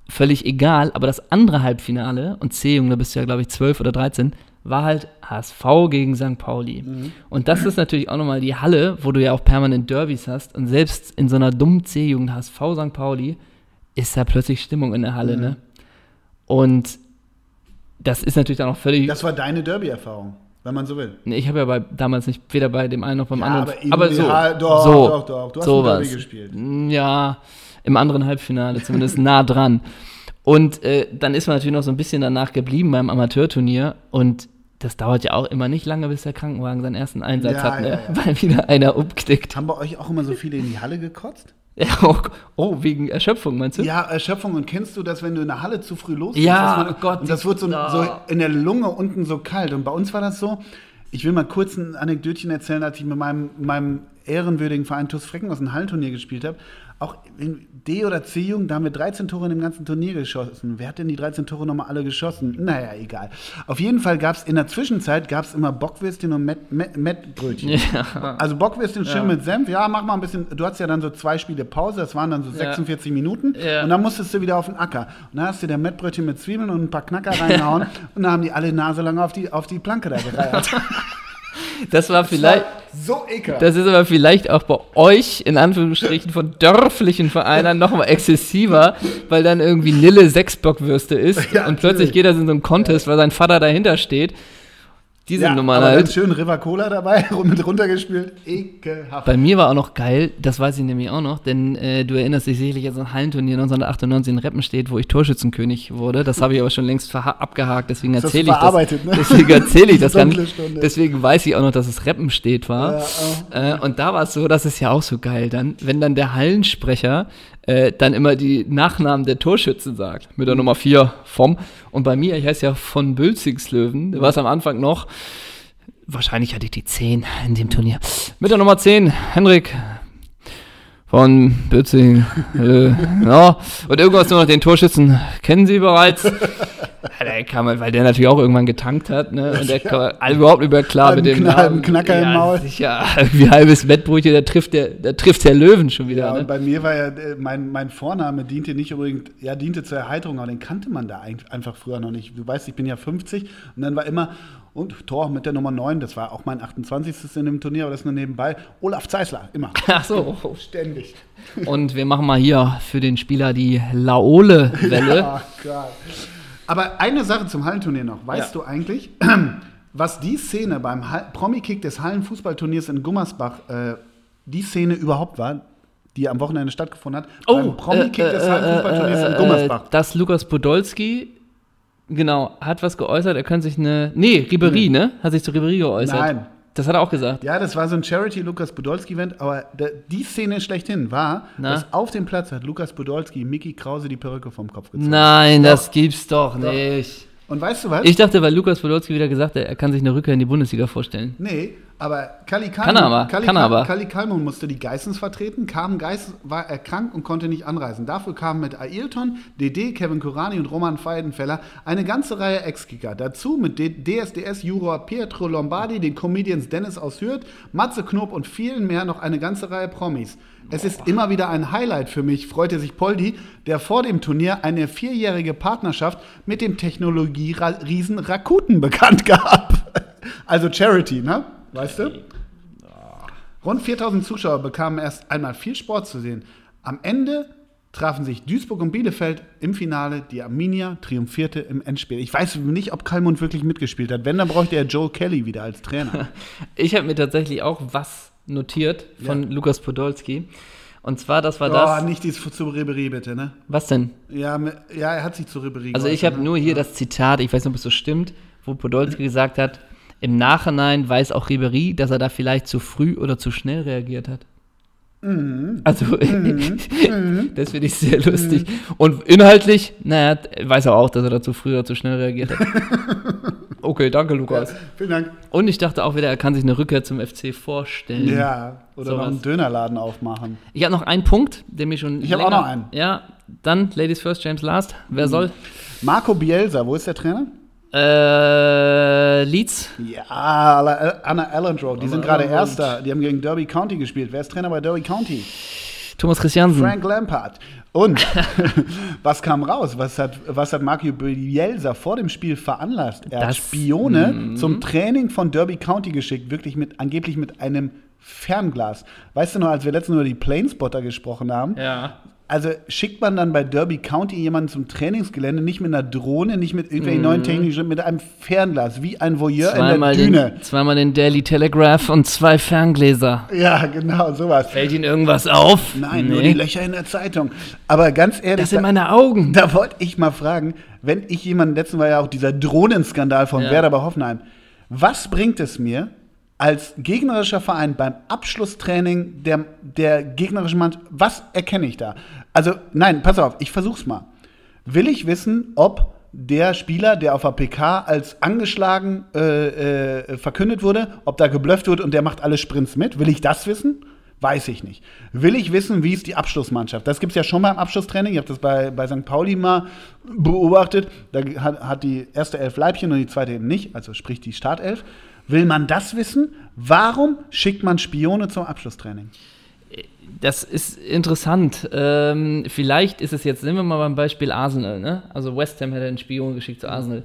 [SPEAKER 2] völlig egal, aber das andere Halbfinale, und C, Junge, da bist du ja, glaube ich, 12 oder 13, war halt HSV gegen St. Pauli.
[SPEAKER 1] Mhm.
[SPEAKER 2] Und das ist natürlich auch nochmal die Halle, wo du ja auch permanent Derbys hast. Und selbst in so einer dummen C-Jugend HSV St. Pauli ist da plötzlich Stimmung in der Halle, ne? Und das ist natürlich dann auch völlig.
[SPEAKER 1] Das war deine Derby-Erfahrung, wenn man so will.
[SPEAKER 2] Nee, ich habe ja bei, damals nicht weder bei dem einen noch beim
[SPEAKER 1] Ja, aber
[SPEAKER 2] anderen.
[SPEAKER 1] eben-
[SPEAKER 2] Aber, so.
[SPEAKER 1] ja, doch,
[SPEAKER 2] so,
[SPEAKER 1] doch, doch. Du hast ein
[SPEAKER 2] sowas.
[SPEAKER 1] Derby gespielt.
[SPEAKER 2] Mm, Ja, im anderen Halbfinale, zumindest nah dran. Und äh, dann ist man natürlich noch so ein bisschen danach geblieben beim Amateurturnier. Und das dauert ja auch immer nicht lange, bis der Krankenwagen seinen ersten Einsatz
[SPEAKER 1] Ja,
[SPEAKER 2] hat, ne?
[SPEAKER 1] ja, ja.
[SPEAKER 2] weil wieder einer umknickt.
[SPEAKER 1] Haben bei euch auch immer so viele in die Halle gekotzt?
[SPEAKER 2] Ja, oh, oh, wegen Erschöpfung, meinst du?
[SPEAKER 1] Ja, Erschöpfung. Und kennst du das, wenn du in der Halle zu früh los dass
[SPEAKER 2] Ja,
[SPEAKER 1] man-
[SPEAKER 2] oh Gott, Ah.
[SPEAKER 1] Und das wird so,
[SPEAKER 2] ja.
[SPEAKER 1] so in der Lunge unten so kalt. Und bei uns war das so, ich will mal kurz ein Anekdötchen erzählen, als ich mit meinem, meinem ehrenwürdigen Verein TuS Frecken aus dem Hallenturnier gespielt habe. Auch in D- oder C-Jugend, da haben wir 13 Tore in dem ganzen Turnier geschossen. Wer hat denn die 13 Tore nochmal alle geschossen? Naja, egal. Auf jeden Fall gab es in der Zwischenzeit gab's immer Bockwürstchen und Met- Met- Mettbrötchen. Also Bockwürstchen schön mit Senf. Ja, mach mal ein bisschen. Du hattest ja dann so zwei Spiele Pause. Das waren dann so 46 Minuten.
[SPEAKER 2] Ja.
[SPEAKER 1] Und dann musstest du wieder auf den Acker. Und dann hast du dir Mettbrötchen mit Zwiebeln und ein paar Knacker reingehauen. und dann haben die alle Nase lang auf die, auf die Planke da gereiert.
[SPEAKER 2] Das war vielleicht.
[SPEAKER 1] Das war so ekelhaft.
[SPEAKER 2] Das ist aber vielleicht auch bei euch, in Anführungsstrichen, von dörflichen Vereinen nochmal exzessiver, weil dann irgendwie Nille Sechsbockwürste ist
[SPEAKER 1] Ja,
[SPEAKER 2] und plötzlich
[SPEAKER 1] natürlich.
[SPEAKER 2] geht das in so einen Contest, weil sein Vater dahinter steht. Diese
[SPEAKER 1] ja,
[SPEAKER 2] Nummer
[SPEAKER 1] aber dann
[SPEAKER 2] halt.
[SPEAKER 1] schön River Cola dabei mit runtergespielt. Ekelhaft.
[SPEAKER 2] Bei mir war auch noch geil, das weiß ich nämlich auch noch, denn äh, du erinnerst dich sicherlich an so ein Hallenturnier 1998 in Reppenstedt, wo ich Torschützenkönig wurde. Das habe ich aber schon längst verha- abgehakt, deswegen
[SPEAKER 1] hast
[SPEAKER 2] erzähle
[SPEAKER 1] du
[SPEAKER 2] ich das.
[SPEAKER 1] verarbeitet, ne?
[SPEAKER 2] Deswegen erzähle ich das gar
[SPEAKER 1] Dunkle
[SPEAKER 2] nicht.
[SPEAKER 1] Stunde.
[SPEAKER 2] Deswegen weiß ich auch noch, dass es Reppenstedt war. Äh, und da war es so, das ist ja auch so geil dann, wenn dann der Hallensprecher äh, dann immer die Nachnamen der Torschützen sagt. Mit der
[SPEAKER 1] Mhm.
[SPEAKER 2] Nummer 4 vom. Und bei mir, ich heiße ja von Bülzigslöwen, da war es am Anfang noch. Wahrscheinlich hatte ich die 10 in dem Turnier. Mit der Nummer 10, Henrik von Bützing. äh, ja. Und irgendwas nur noch den Torschützen kennen Sie bereits. Ja, der kann man, weil der natürlich auch irgendwann getankt hat, ne? Und der kam überhaupt nicht mehr klar
[SPEAKER 1] Halben
[SPEAKER 2] mit dem
[SPEAKER 1] Kna-
[SPEAKER 2] Namen.
[SPEAKER 1] halben Knacker im
[SPEAKER 2] ja,
[SPEAKER 1] Maul.
[SPEAKER 2] Sicher, wie halbes Wettbrötchen, da trifft der, da trifft der Löwen schon wieder.
[SPEAKER 1] Ja, und
[SPEAKER 2] ne?
[SPEAKER 1] bei mir war ja, äh, mein, mein Vorname diente nicht übrigens, ja, diente zur Erheiterung, aber den kannte man da ein, einfach früher noch nicht. Du weißt, ich bin ja 50 und dann war immer, und Tor mit der Nummer 9, das war auch mein 28. in dem Turnier, aber das nur nebenbei, Olaf Zeisler, immer.
[SPEAKER 2] Ach so.
[SPEAKER 1] Ständig.
[SPEAKER 2] Und wir machen mal hier für den Spieler die Laole-Welle.
[SPEAKER 1] Oh Gott. Aber eine Sache zum Hallenturnier noch. Weißt
[SPEAKER 2] Ja.
[SPEAKER 1] du eigentlich, was die Szene beim Hall- Promi-Kick des Hallenfußballturniers in Gummersbach, äh, die Szene überhaupt war, die am Wochenende stattgefunden hat? beim Promi-Kick
[SPEAKER 2] äh,
[SPEAKER 1] des
[SPEAKER 2] äh,
[SPEAKER 1] Hallenfußballturniers
[SPEAKER 2] äh,
[SPEAKER 1] in
[SPEAKER 2] äh,
[SPEAKER 1] Gummersbach.
[SPEAKER 2] Dass Lukas Podolski, genau, hat was geäußert, er könnte sich eine. Nee, Ribery, ne? Hat sich zu Ribery geäußert.
[SPEAKER 1] Hm. Nein.
[SPEAKER 2] Das hat er auch gesagt.
[SPEAKER 1] Ja, das war so ein Charity Lukas Podolski Event, aber da, die Szene schlechthin war,
[SPEAKER 2] Na?
[SPEAKER 1] dass auf dem Platz hat Lukas Podolski Mickey Krause die Perücke vom Kopf gezogen.
[SPEAKER 2] Nein, das gibt's doch nicht.
[SPEAKER 1] Und weißt du was?
[SPEAKER 2] Ich dachte, weil Lukas Podolski wieder gesagt hat, er kann sich eine Rückkehr in die Bundesliga vorstellen.
[SPEAKER 1] nee, aber Kali Kalmund,
[SPEAKER 2] Kann er aber,
[SPEAKER 1] Kali,
[SPEAKER 2] kann er aber.
[SPEAKER 1] Kali Kalmund musste die Geissens vertreten, kam Geissens, war er krank und konnte nicht anreisen. Dafür kamen mit Ailton, DD, Kevin Kurani und Roman Feidenfeller eine ganze Reihe Ex-Kicker. Dazu mit D DSDS Juror Pietro Lombardi, den Comedians Dennis aus Hürth, Matze Knob und vielen mehr noch eine ganze Reihe Promis. Es ist immer wieder ein Highlight für mich, freute sich Poldi, der vor dem Turnier eine vierjährige Partnerschaft mit dem Technologieriesen Rakuten bekannt gab. Also Charity, ne? Weißt du? Rund 4000 Zuschauer bekamen erst einmal viel Sport zu sehen. Am Ende trafen sich Duisburg und Bielefeld im Finale. Die Arminia triumphierte im Endspiel. Ich weiß nicht, ob Kalmund wirklich mitgespielt hat. Wenn, dann bräuchte er Joe Kelly wieder als Trainer.
[SPEAKER 2] Ich habe mir tatsächlich auch was notiert von
[SPEAKER 1] Ja.
[SPEAKER 2] Lukas Podolski. Und zwar, das war
[SPEAKER 1] Oh,
[SPEAKER 2] das.
[SPEAKER 1] nicht dies zu Ribery, bitte, ne?
[SPEAKER 2] Was denn?
[SPEAKER 1] Ja, mi- ja, er hat sich zu Ribery
[SPEAKER 2] Also ich habe nur hier das Zitat, ich weiß nicht, ob es so stimmt, wo Podolski gesagt hat, im Nachhinein weiß auch Ribery, dass er da vielleicht zu früh oder zu schnell reagiert hat.
[SPEAKER 1] Mhm.
[SPEAKER 2] Also, das finde ich sehr lustig. Und inhaltlich, naja, weiß er auch, dass er da zu früh oder zu schnell reagiert hat. Okay, danke, Lukas.
[SPEAKER 1] ne? Vielen Dank.
[SPEAKER 2] Und ich dachte auch wieder, er kann sich eine Rückkehr zum FC vorstellen.
[SPEAKER 1] Ja, oder noch
[SPEAKER 2] Mhm. Sowas.
[SPEAKER 1] einen Dönerladen aufmachen.
[SPEAKER 2] Ich habe noch einen Punkt, der mir schon.
[SPEAKER 1] Ich hab auch
[SPEAKER 2] länger-
[SPEAKER 1] noch einen. Mhm.
[SPEAKER 2] Ja, dann Ladies First, James Last. Wer soll?
[SPEAKER 1] Marco Bielsa, wo ist der Trainer?
[SPEAKER 2] Äh, Leeds.
[SPEAKER 1] Ja, Anna Anna Allendrow, die sind gerade
[SPEAKER 2] Allendrow.
[SPEAKER 1] Erster. Die haben gegen Derby County gespielt. Wer ist Trainer bei Derby County?
[SPEAKER 2] Thomas Christiansen.
[SPEAKER 1] Frank Lampard. Und was kam raus? Was hat, was hat Marco Bielsa vor dem Spiel veranlasst? Er hat
[SPEAKER 2] Das- Hm.
[SPEAKER 1] Spione zum Training von Derby County geschickt, wirklich mit, angeblich mit einem Fernglas. Weißt du noch, als wir letztens über die Planespotter gesprochen haben?
[SPEAKER 2] Ja.
[SPEAKER 1] Also schickt man dann bei Derby County jemanden zum Trainingsgelände, nicht mit einer Drohne, nicht mit irgendwelchen neuen Techniken, sondern mit einem Fernglas, wie ein Voyeur
[SPEAKER 2] Hm. Zweimal
[SPEAKER 1] in der
[SPEAKER 2] den,
[SPEAKER 1] Düne.
[SPEAKER 2] zweimal den Daily Telegraph und zwei Ferngläser.
[SPEAKER 1] Ja, genau, sowas.
[SPEAKER 2] Fällt Ihnen irgendwas auf?
[SPEAKER 1] Nein, nur die Löcher in der Zeitung. Aber ganz ehrlich,
[SPEAKER 2] Das sind
[SPEAKER 1] da-
[SPEAKER 2] meine Augen.
[SPEAKER 1] Da wollte ich mal fragen, wenn ich jemanden, letzten war ja auch dieser Drohnenskandal von
[SPEAKER 2] Ja.
[SPEAKER 1] Werder bei Hoffenheim, was bringt es mir, als gegnerischer Verein beim Abschlusstraining der, der gegnerischen Mannschaft, was erkenne ich da? Also, nein, pass auf, ich versuch's mal. Will ich wissen, ob der Spieler, der auf der PK als angeschlagen äh, äh, verkündet wurde, ob da geblufft wird und der macht alle Sprints mit? Will ich das wissen? Weiß ich nicht. Will ich wissen, wie ist die Abschlussmannschaft? Das gibt es ja schon mal im Abschlusstraining. Ich habe das bei, bei St. Pauli mal beobachtet. Da hat, hat die erste Elf Leibchen und die zweite eben nicht, also sprich die Startelf. Will man das wissen? Warum schickt man Spione zum Abschlusstraining?
[SPEAKER 2] Das ist interessant. Ähm, vielleicht ist es jetzt, nehmen wir mal beim Beispiel Arsenal, ne? Also West Ham hätte einen Spion geschickt zu Arsenal.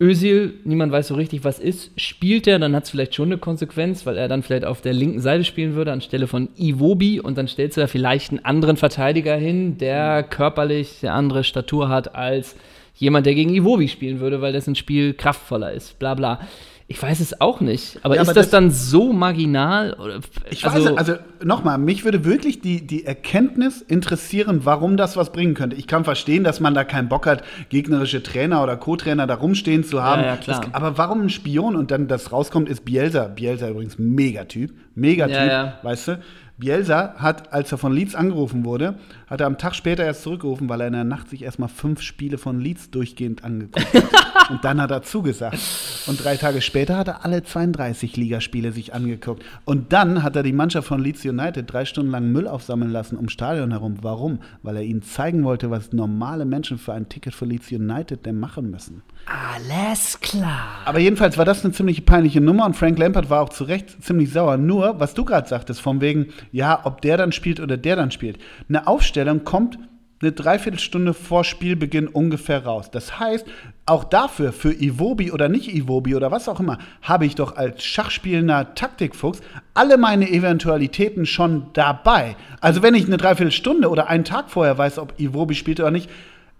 [SPEAKER 2] Özil, niemand weiß so richtig, was ist. Spielt er, dann hat es vielleicht schon eine Konsequenz, weil er dann vielleicht auf der linken Seite spielen würde, anstelle von Iwobi. Und dann stellst du da vielleicht einen anderen Verteidiger hin, der körperlich eine andere Statur hat als jemand, der gegen Iwobi spielen würde, weil dessen Spiel kraftvoller ist. Bla bla. Ich weiß es auch nicht. Aber
[SPEAKER 1] Ja,
[SPEAKER 2] ist
[SPEAKER 1] aber
[SPEAKER 2] das,
[SPEAKER 1] das-
[SPEAKER 2] dann so marginal? Oder,
[SPEAKER 1] Ich weiß, also, also nochmal, mich würde wirklich die, die Erkenntnis interessieren, warum das was bringen könnte. Ich kann verstehen, dass man da keinen Bock hat, gegnerische Trainer oder Co-Trainer da rumstehen zu haben.
[SPEAKER 2] Ja, ja, klar.
[SPEAKER 1] Das, aber warum ein Spion und dann das rauskommt, ist Bielsa. Bielsa übrigens Megatyp. Megatyp,
[SPEAKER 2] Ja, ja.
[SPEAKER 1] weißt du? Bielsa hat, als er von Leeds angerufen wurde, hat er am Tag später erst zurückgerufen, weil er in der Nacht sich erstmal fünf Spiele von Leeds durchgehend angeguckt hat. Und dann hat er zugesagt. Und drei Tage später hat er alle 32 Ligaspiele sich angeguckt. Und dann hat er die Mannschaft von Leeds United drei Stunden lang Müll aufsammeln lassen ums Stadion herum. Warum? Weil er ihnen zeigen wollte, was normale Menschen für ein Ticket für Leeds United denn machen müssen.
[SPEAKER 2] Alles klar.
[SPEAKER 1] Aber jedenfalls war das eine ziemlich peinliche Nummer und Frank Lampard war auch zu Recht ziemlich sauer. Nur, was du gerade sagtest, von wegen, ja, ob der dann spielt oder der dann spielt. Eine Aufstellung kommt eine Dreiviertelstunde vor Spielbeginn ungefähr raus. Das heißt, auch dafür, für Iwobi oder nicht Iwobi oder was auch immer, habe ich doch als Schachspielender Taktikfuchs alle meine Eventualitäten schon dabei. Also wenn ich eine Dreiviertelstunde oder einen Tag vorher weiß, ob Iwobi spielt oder nicht,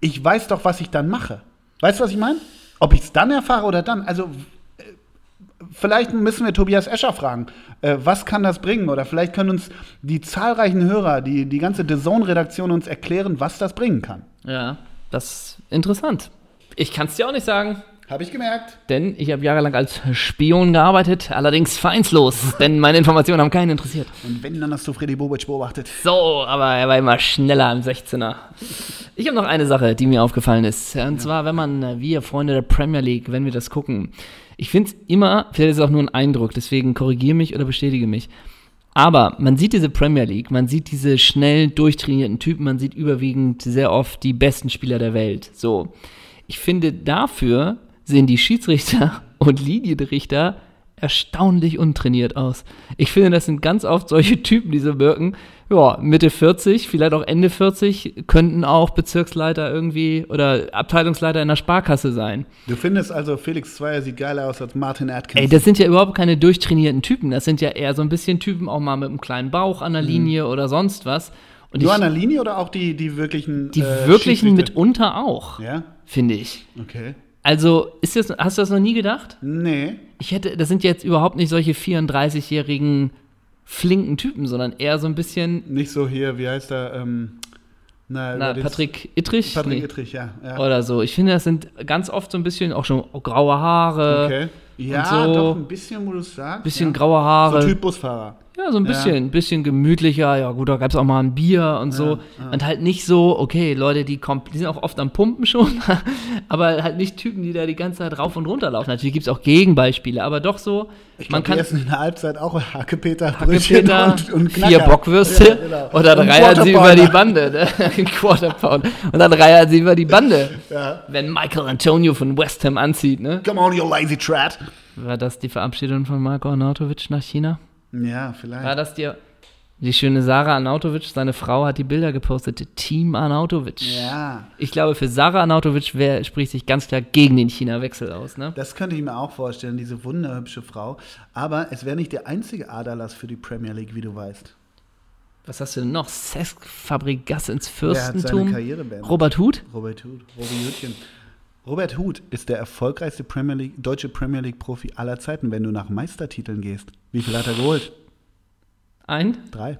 [SPEAKER 1] ich weiß doch, was ich dann mache. Weißt du, was ich meine? Ob ich es dann erfahre oder dann? Also, äh, vielleicht müssen wir Tobias Escher fragen, äh, was kann das bringen? Oder vielleicht können uns die zahlreichen Hörer, die, die ganze The Zone-Redaktion uns erklären, was das bringen kann.
[SPEAKER 2] Ja, das ist interessant. Ich kann es dir auch nicht sagen,
[SPEAKER 1] Habe ich gemerkt.
[SPEAKER 2] denn ich habe jahrelang als Spion gearbeitet, allerdings vereinslos, denn meine Informationen haben keinen interessiert.
[SPEAKER 1] Und wenn, dann hast du Freddy Bobic beobachtet.
[SPEAKER 2] So, aber er war immer schneller im 16er. Ich habe noch eine Sache, die mir aufgefallen ist. Und zwar, wenn man, äh, wir Freunde der Premier League, wenn wir das gucken, ich finde es immer, vielleicht ist es auch nur ein Eindruck, deswegen korrigiere mich oder bestätige mich. Aber man sieht diese Premier League, man sieht diese schnell durchtrainierten Typen, man sieht überwiegend sehr oft die besten Spieler der Welt. So. Ich finde, dafür sehen die Schiedsrichter und Linienrichter erstaunlich untrainiert aus. Ich finde, das sind ganz oft solche Typen, die so wirken. Ja, Mitte 40, vielleicht auch Ende 40, könnten auch Bezirksleiter irgendwie oder Abteilungsleiter in der Sparkasse sein.
[SPEAKER 1] Du findest also, Felix Zweier sieht geiler aus als Martin Atkins.
[SPEAKER 2] Ey, das sind ja überhaupt keine durchtrainierten Typen. Das sind ja eher so ein bisschen Typen, auch mal mit einem kleinen Bauch an der Linie oder sonst was. Und
[SPEAKER 1] Mhm. Nur
[SPEAKER 2] ich,
[SPEAKER 1] an der Linie oder auch die, die wirklichen?
[SPEAKER 2] die
[SPEAKER 1] äh,
[SPEAKER 2] wirklichen
[SPEAKER 1] Schiedsrichter?
[SPEAKER 2] mitunter auch,
[SPEAKER 1] Ja,
[SPEAKER 2] finde ich.
[SPEAKER 1] okay.
[SPEAKER 2] Also, ist das, hast du das noch nie gedacht?
[SPEAKER 1] Nee.
[SPEAKER 2] Ich hätte, das sind jetzt überhaupt nicht solche 34-jährigen flinken Typen, sondern eher so ein bisschen,
[SPEAKER 1] Nicht so hier, wie heißt er? Ähm, na,
[SPEAKER 2] na,
[SPEAKER 1] über dieses-
[SPEAKER 2] Patrick Ittrich?
[SPEAKER 1] Patrick
[SPEAKER 2] Nee.
[SPEAKER 1] Ittrich, ja. ja.
[SPEAKER 2] Oder so. Ich finde, das sind ganz oft so ein bisschen auch schon graue Haare,
[SPEAKER 1] okay. Ja,
[SPEAKER 2] so-
[SPEAKER 1] doch, ein bisschen, wo du es sagst.
[SPEAKER 2] bisschen
[SPEAKER 1] ja.
[SPEAKER 2] graue Haare.
[SPEAKER 1] So Typ Busfahrer.
[SPEAKER 2] Ja, so ein bisschen, ein bisschen gemütlicher. Ja, gut, da gab es auch mal ein Bier und so. Und halt nicht so, okay, Leute, die, kommen, die sind auch oft am Pumpen schon, aber halt nicht Typen, die da die ganze Zeit rauf und runter laufen. Natürlich gibt es auch Gegenbeispiele, aber doch so,
[SPEAKER 1] Ich
[SPEAKER 2] man
[SPEAKER 1] glaub,
[SPEAKER 2] kann
[SPEAKER 1] die essen in der Halbzeit auch Hackepeter, Brötchen
[SPEAKER 2] Peter,
[SPEAKER 1] und, und Knacker.
[SPEAKER 2] vier Bockwürste
[SPEAKER 1] Ja, genau.
[SPEAKER 2] oder
[SPEAKER 1] Und
[SPEAKER 2] reiert sie über
[SPEAKER 1] Quarterpounder.
[SPEAKER 2] die Bande. Ne? Ein Quarter Pound. Und dann reiert sie über die Bande.
[SPEAKER 1] Ja.
[SPEAKER 2] Wenn Michael Antonio von West Ham anzieht, ne?
[SPEAKER 1] Come on, you lazy trat.
[SPEAKER 2] War das die Verabschiedung von Marco Arnautovic nach China?
[SPEAKER 1] Ja, vielleicht.
[SPEAKER 2] War das dir. Die schöne Sarah Arnautovic, seine Frau hat die Bilder gepostet. Team Arnautovic.
[SPEAKER 1] Ja,
[SPEAKER 2] Ich glaube, für Sarah Arnautovic wär, spricht sich ganz klar gegen den China-Wechsel aus, ne?
[SPEAKER 1] das könnte ich mir auch vorstellen, diese wunderhübsche Frau. Aber es wäre nicht der einzige Aderlass für die Premier League, wie du weißt.
[SPEAKER 2] Was hast du denn noch? Cesc Fabregas ins
[SPEAKER 1] Der hat seine
[SPEAKER 2] Fürstentum.
[SPEAKER 1] Karriere beendet.
[SPEAKER 2] Robert Huth?
[SPEAKER 1] Robert Huth, Robi Jütchen. Robert Huth ist der erfolgreichste Premier League, deutsche Premier League-Profi aller Zeiten, wenn du nach Meistertiteln gehst. Wie viel hat er geholt?
[SPEAKER 2] Ein?
[SPEAKER 1] Drei.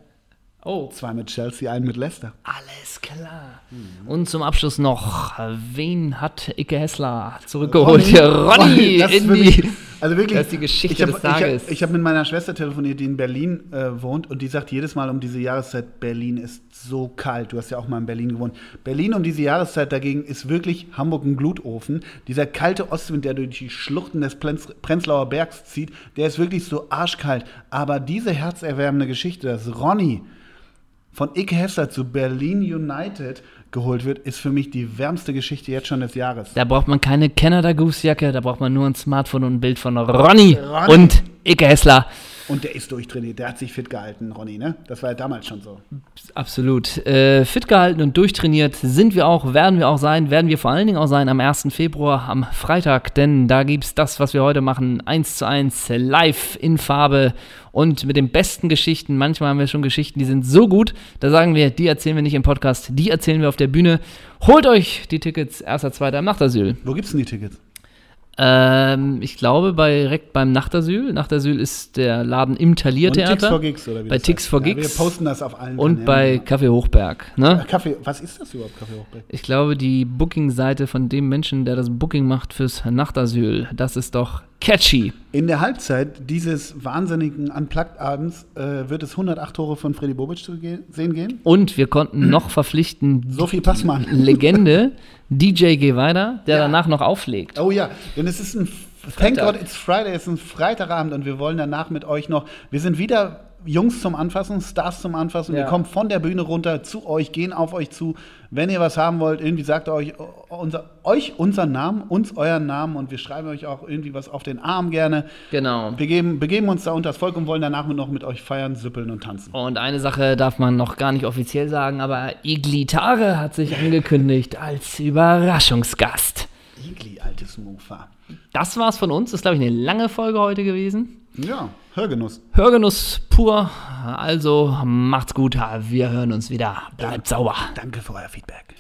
[SPEAKER 2] Oh.
[SPEAKER 1] Zwei mit Chelsea, einen mit Leicester.
[SPEAKER 2] Alles klar. Und zum Abschluss noch, wen hat Icke Hessler zurückgeholt? Ronny,
[SPEAKER 1] das ist
[SPEAKER 2] in
[SPEAKER 1] wirklich,
[SPEAKER 2] die,
[SPEAKER 1] also wirklich,
[SPEAKER 2] das ist die Geschichte
[SPEAKER 1] ich hab,
[SPEAKER 2] des Tages.
[SPEAKER 1] Ich habe ich hab mit meiner Schwester telefoniert, die in Berlin äh, wohnt und die sagt jedes Mal um diese Jahreszeit, Berlin ist so kalt. Du hast ja auch mal in Berlin gewohnt. Berlin um diese Jahreszeit dagegen ist wirklich Hamburg ein Glutofen. Dieser kalte Ostwind, der durch die Schluchten des Plenz, Prenzlauer Bergs zieht, der ist wirklich so arschkalt. Aber diese herzerwärmende Geschichte, dass Ronny von Icke Hessler zu Berlin United geholt wird, ist für mich die wärmste Geschichte jetzt schon des Jahres.
[SPEAKER 2] da braucht man keine Canada Goose Jacke, da braucht man nur ein Smartphone und ein Bild von Ronny,
[SPEAKER 1] Ronny.
[SPEAKER 2] und Icke Hessler.
[SPEAKER 1] Und der ist durchtrainiert, der hat sich fit gehalten, Ronny, ne? Das war ja damals schon so.
[SPEAKER 2] Absolut. Äh, fit gehalten und durchtrainiert sind wir auch, werden wir auch sein, werden wir vor allen Dingen auch sein am 1. Februar, am Freitag, denn da gibt es das, was wir heute machen, 1 zu 1, live in Farbe und mit den besten Geschichten. Manchmal haben wir schon Geschichten, die sind so gut, da sagen wir, die erzählen wir nicht im Podcast, die erzählen wir auf der Bühne. Holt euch die Tickets, 1.2. im Nachtasyl.
[SPEAKER 1] Wo gibt's denn die Tickets?
[SPEAKER 2] Ähm, ich glaube, bei, direkt beim Nachtasyl. Nachtasyl ist der Laden im
[SPEAKER 1] Und Tix for
[SPEAKER 2] Thalia-Theater
[SPEAKER 1] Gigs oder wie
[SPEAKER 2] Bei
[SPEAKER 1] das
[SPEAKER 2] Tix
[SPEAKER 1] heißt.
[SPEAKER 2] for
[SPEAKER 1] Ja,
[SPEAKER 2] Gigs
[SPEAKER 1] wir posten das auf allen
[SPEAKER 2] und bei
[SPEAKER 1] Kanälen.
[SPEAKER 2] Kaffee Hochberg. Ne?
[SPEAKER 1] Ach, Kaffee, was ist das überhaupt, Kaffee Hochberg?
[SPEAKER 2] Ich glaube, die Booking-Seite von dem Menschen, der das Booking macht fürs Nachtasyl, das ist doch catchy.
[SPEAKER 1] In der Halbzeit dieses wahnsinnigen Unplugged-Abends äh, wird es 108 Tore von Freddy Bobic zu ge sehen gehen.
[SPEAKER 2] Und wir konnten noch verpflichten
[SPEAKER 1] Sophie Passmann.
[SPEAKER 2] Legende DJ Geweider, der danach noch auflegt.
[SPEAKER 1] Oh ja, denn es ist ein, thank
[SPEAKER 2] Freitag.
[SPEAKER 1] God it's Friday, es ist ein Freitagabend und wir wollen danach mit euch noch, wir sind wieder Jungs zum Anfassen, Stars zum Anfassen, wir
[SPEAKER 2] Ja.
[SPEAKER 1] kommen von der Bühne runter zu euch, gehen auf euch zu, wenn ihr was haben wollt, irgendwie sagt ihr euch, o- unser, euch unseren Namen, uns euren Namen und wir schreiben euch auch irgendwie was auf den Arm gerne.
[SPEAKER 2] Genau.
[SPEAKER 1] Wir geben, begeben uns da unter das Volk und wollen danach noch mit euch feiern, süppeln und tanzen.
[SPEAKER 2] Und eine Sache darf man noch gar nicht offiziell sagen, aber Iglitare hat sich angekündigt als Überraschungsgast.
[SPEAKER 1] Igli, altes Mofa.
[SPEAKER 2] Das war's von uns. Ist, glaube ich, eine lange Folge heute gewesen.
[SPEAKER 1] Ja, Hörgenuss.
[SPEAKER 2] Hörgenuss pur. Also macht's gut. Wir hören uns wieder. Bleibt sauber.
[SPEAKER 1] Danke für euer Feedback.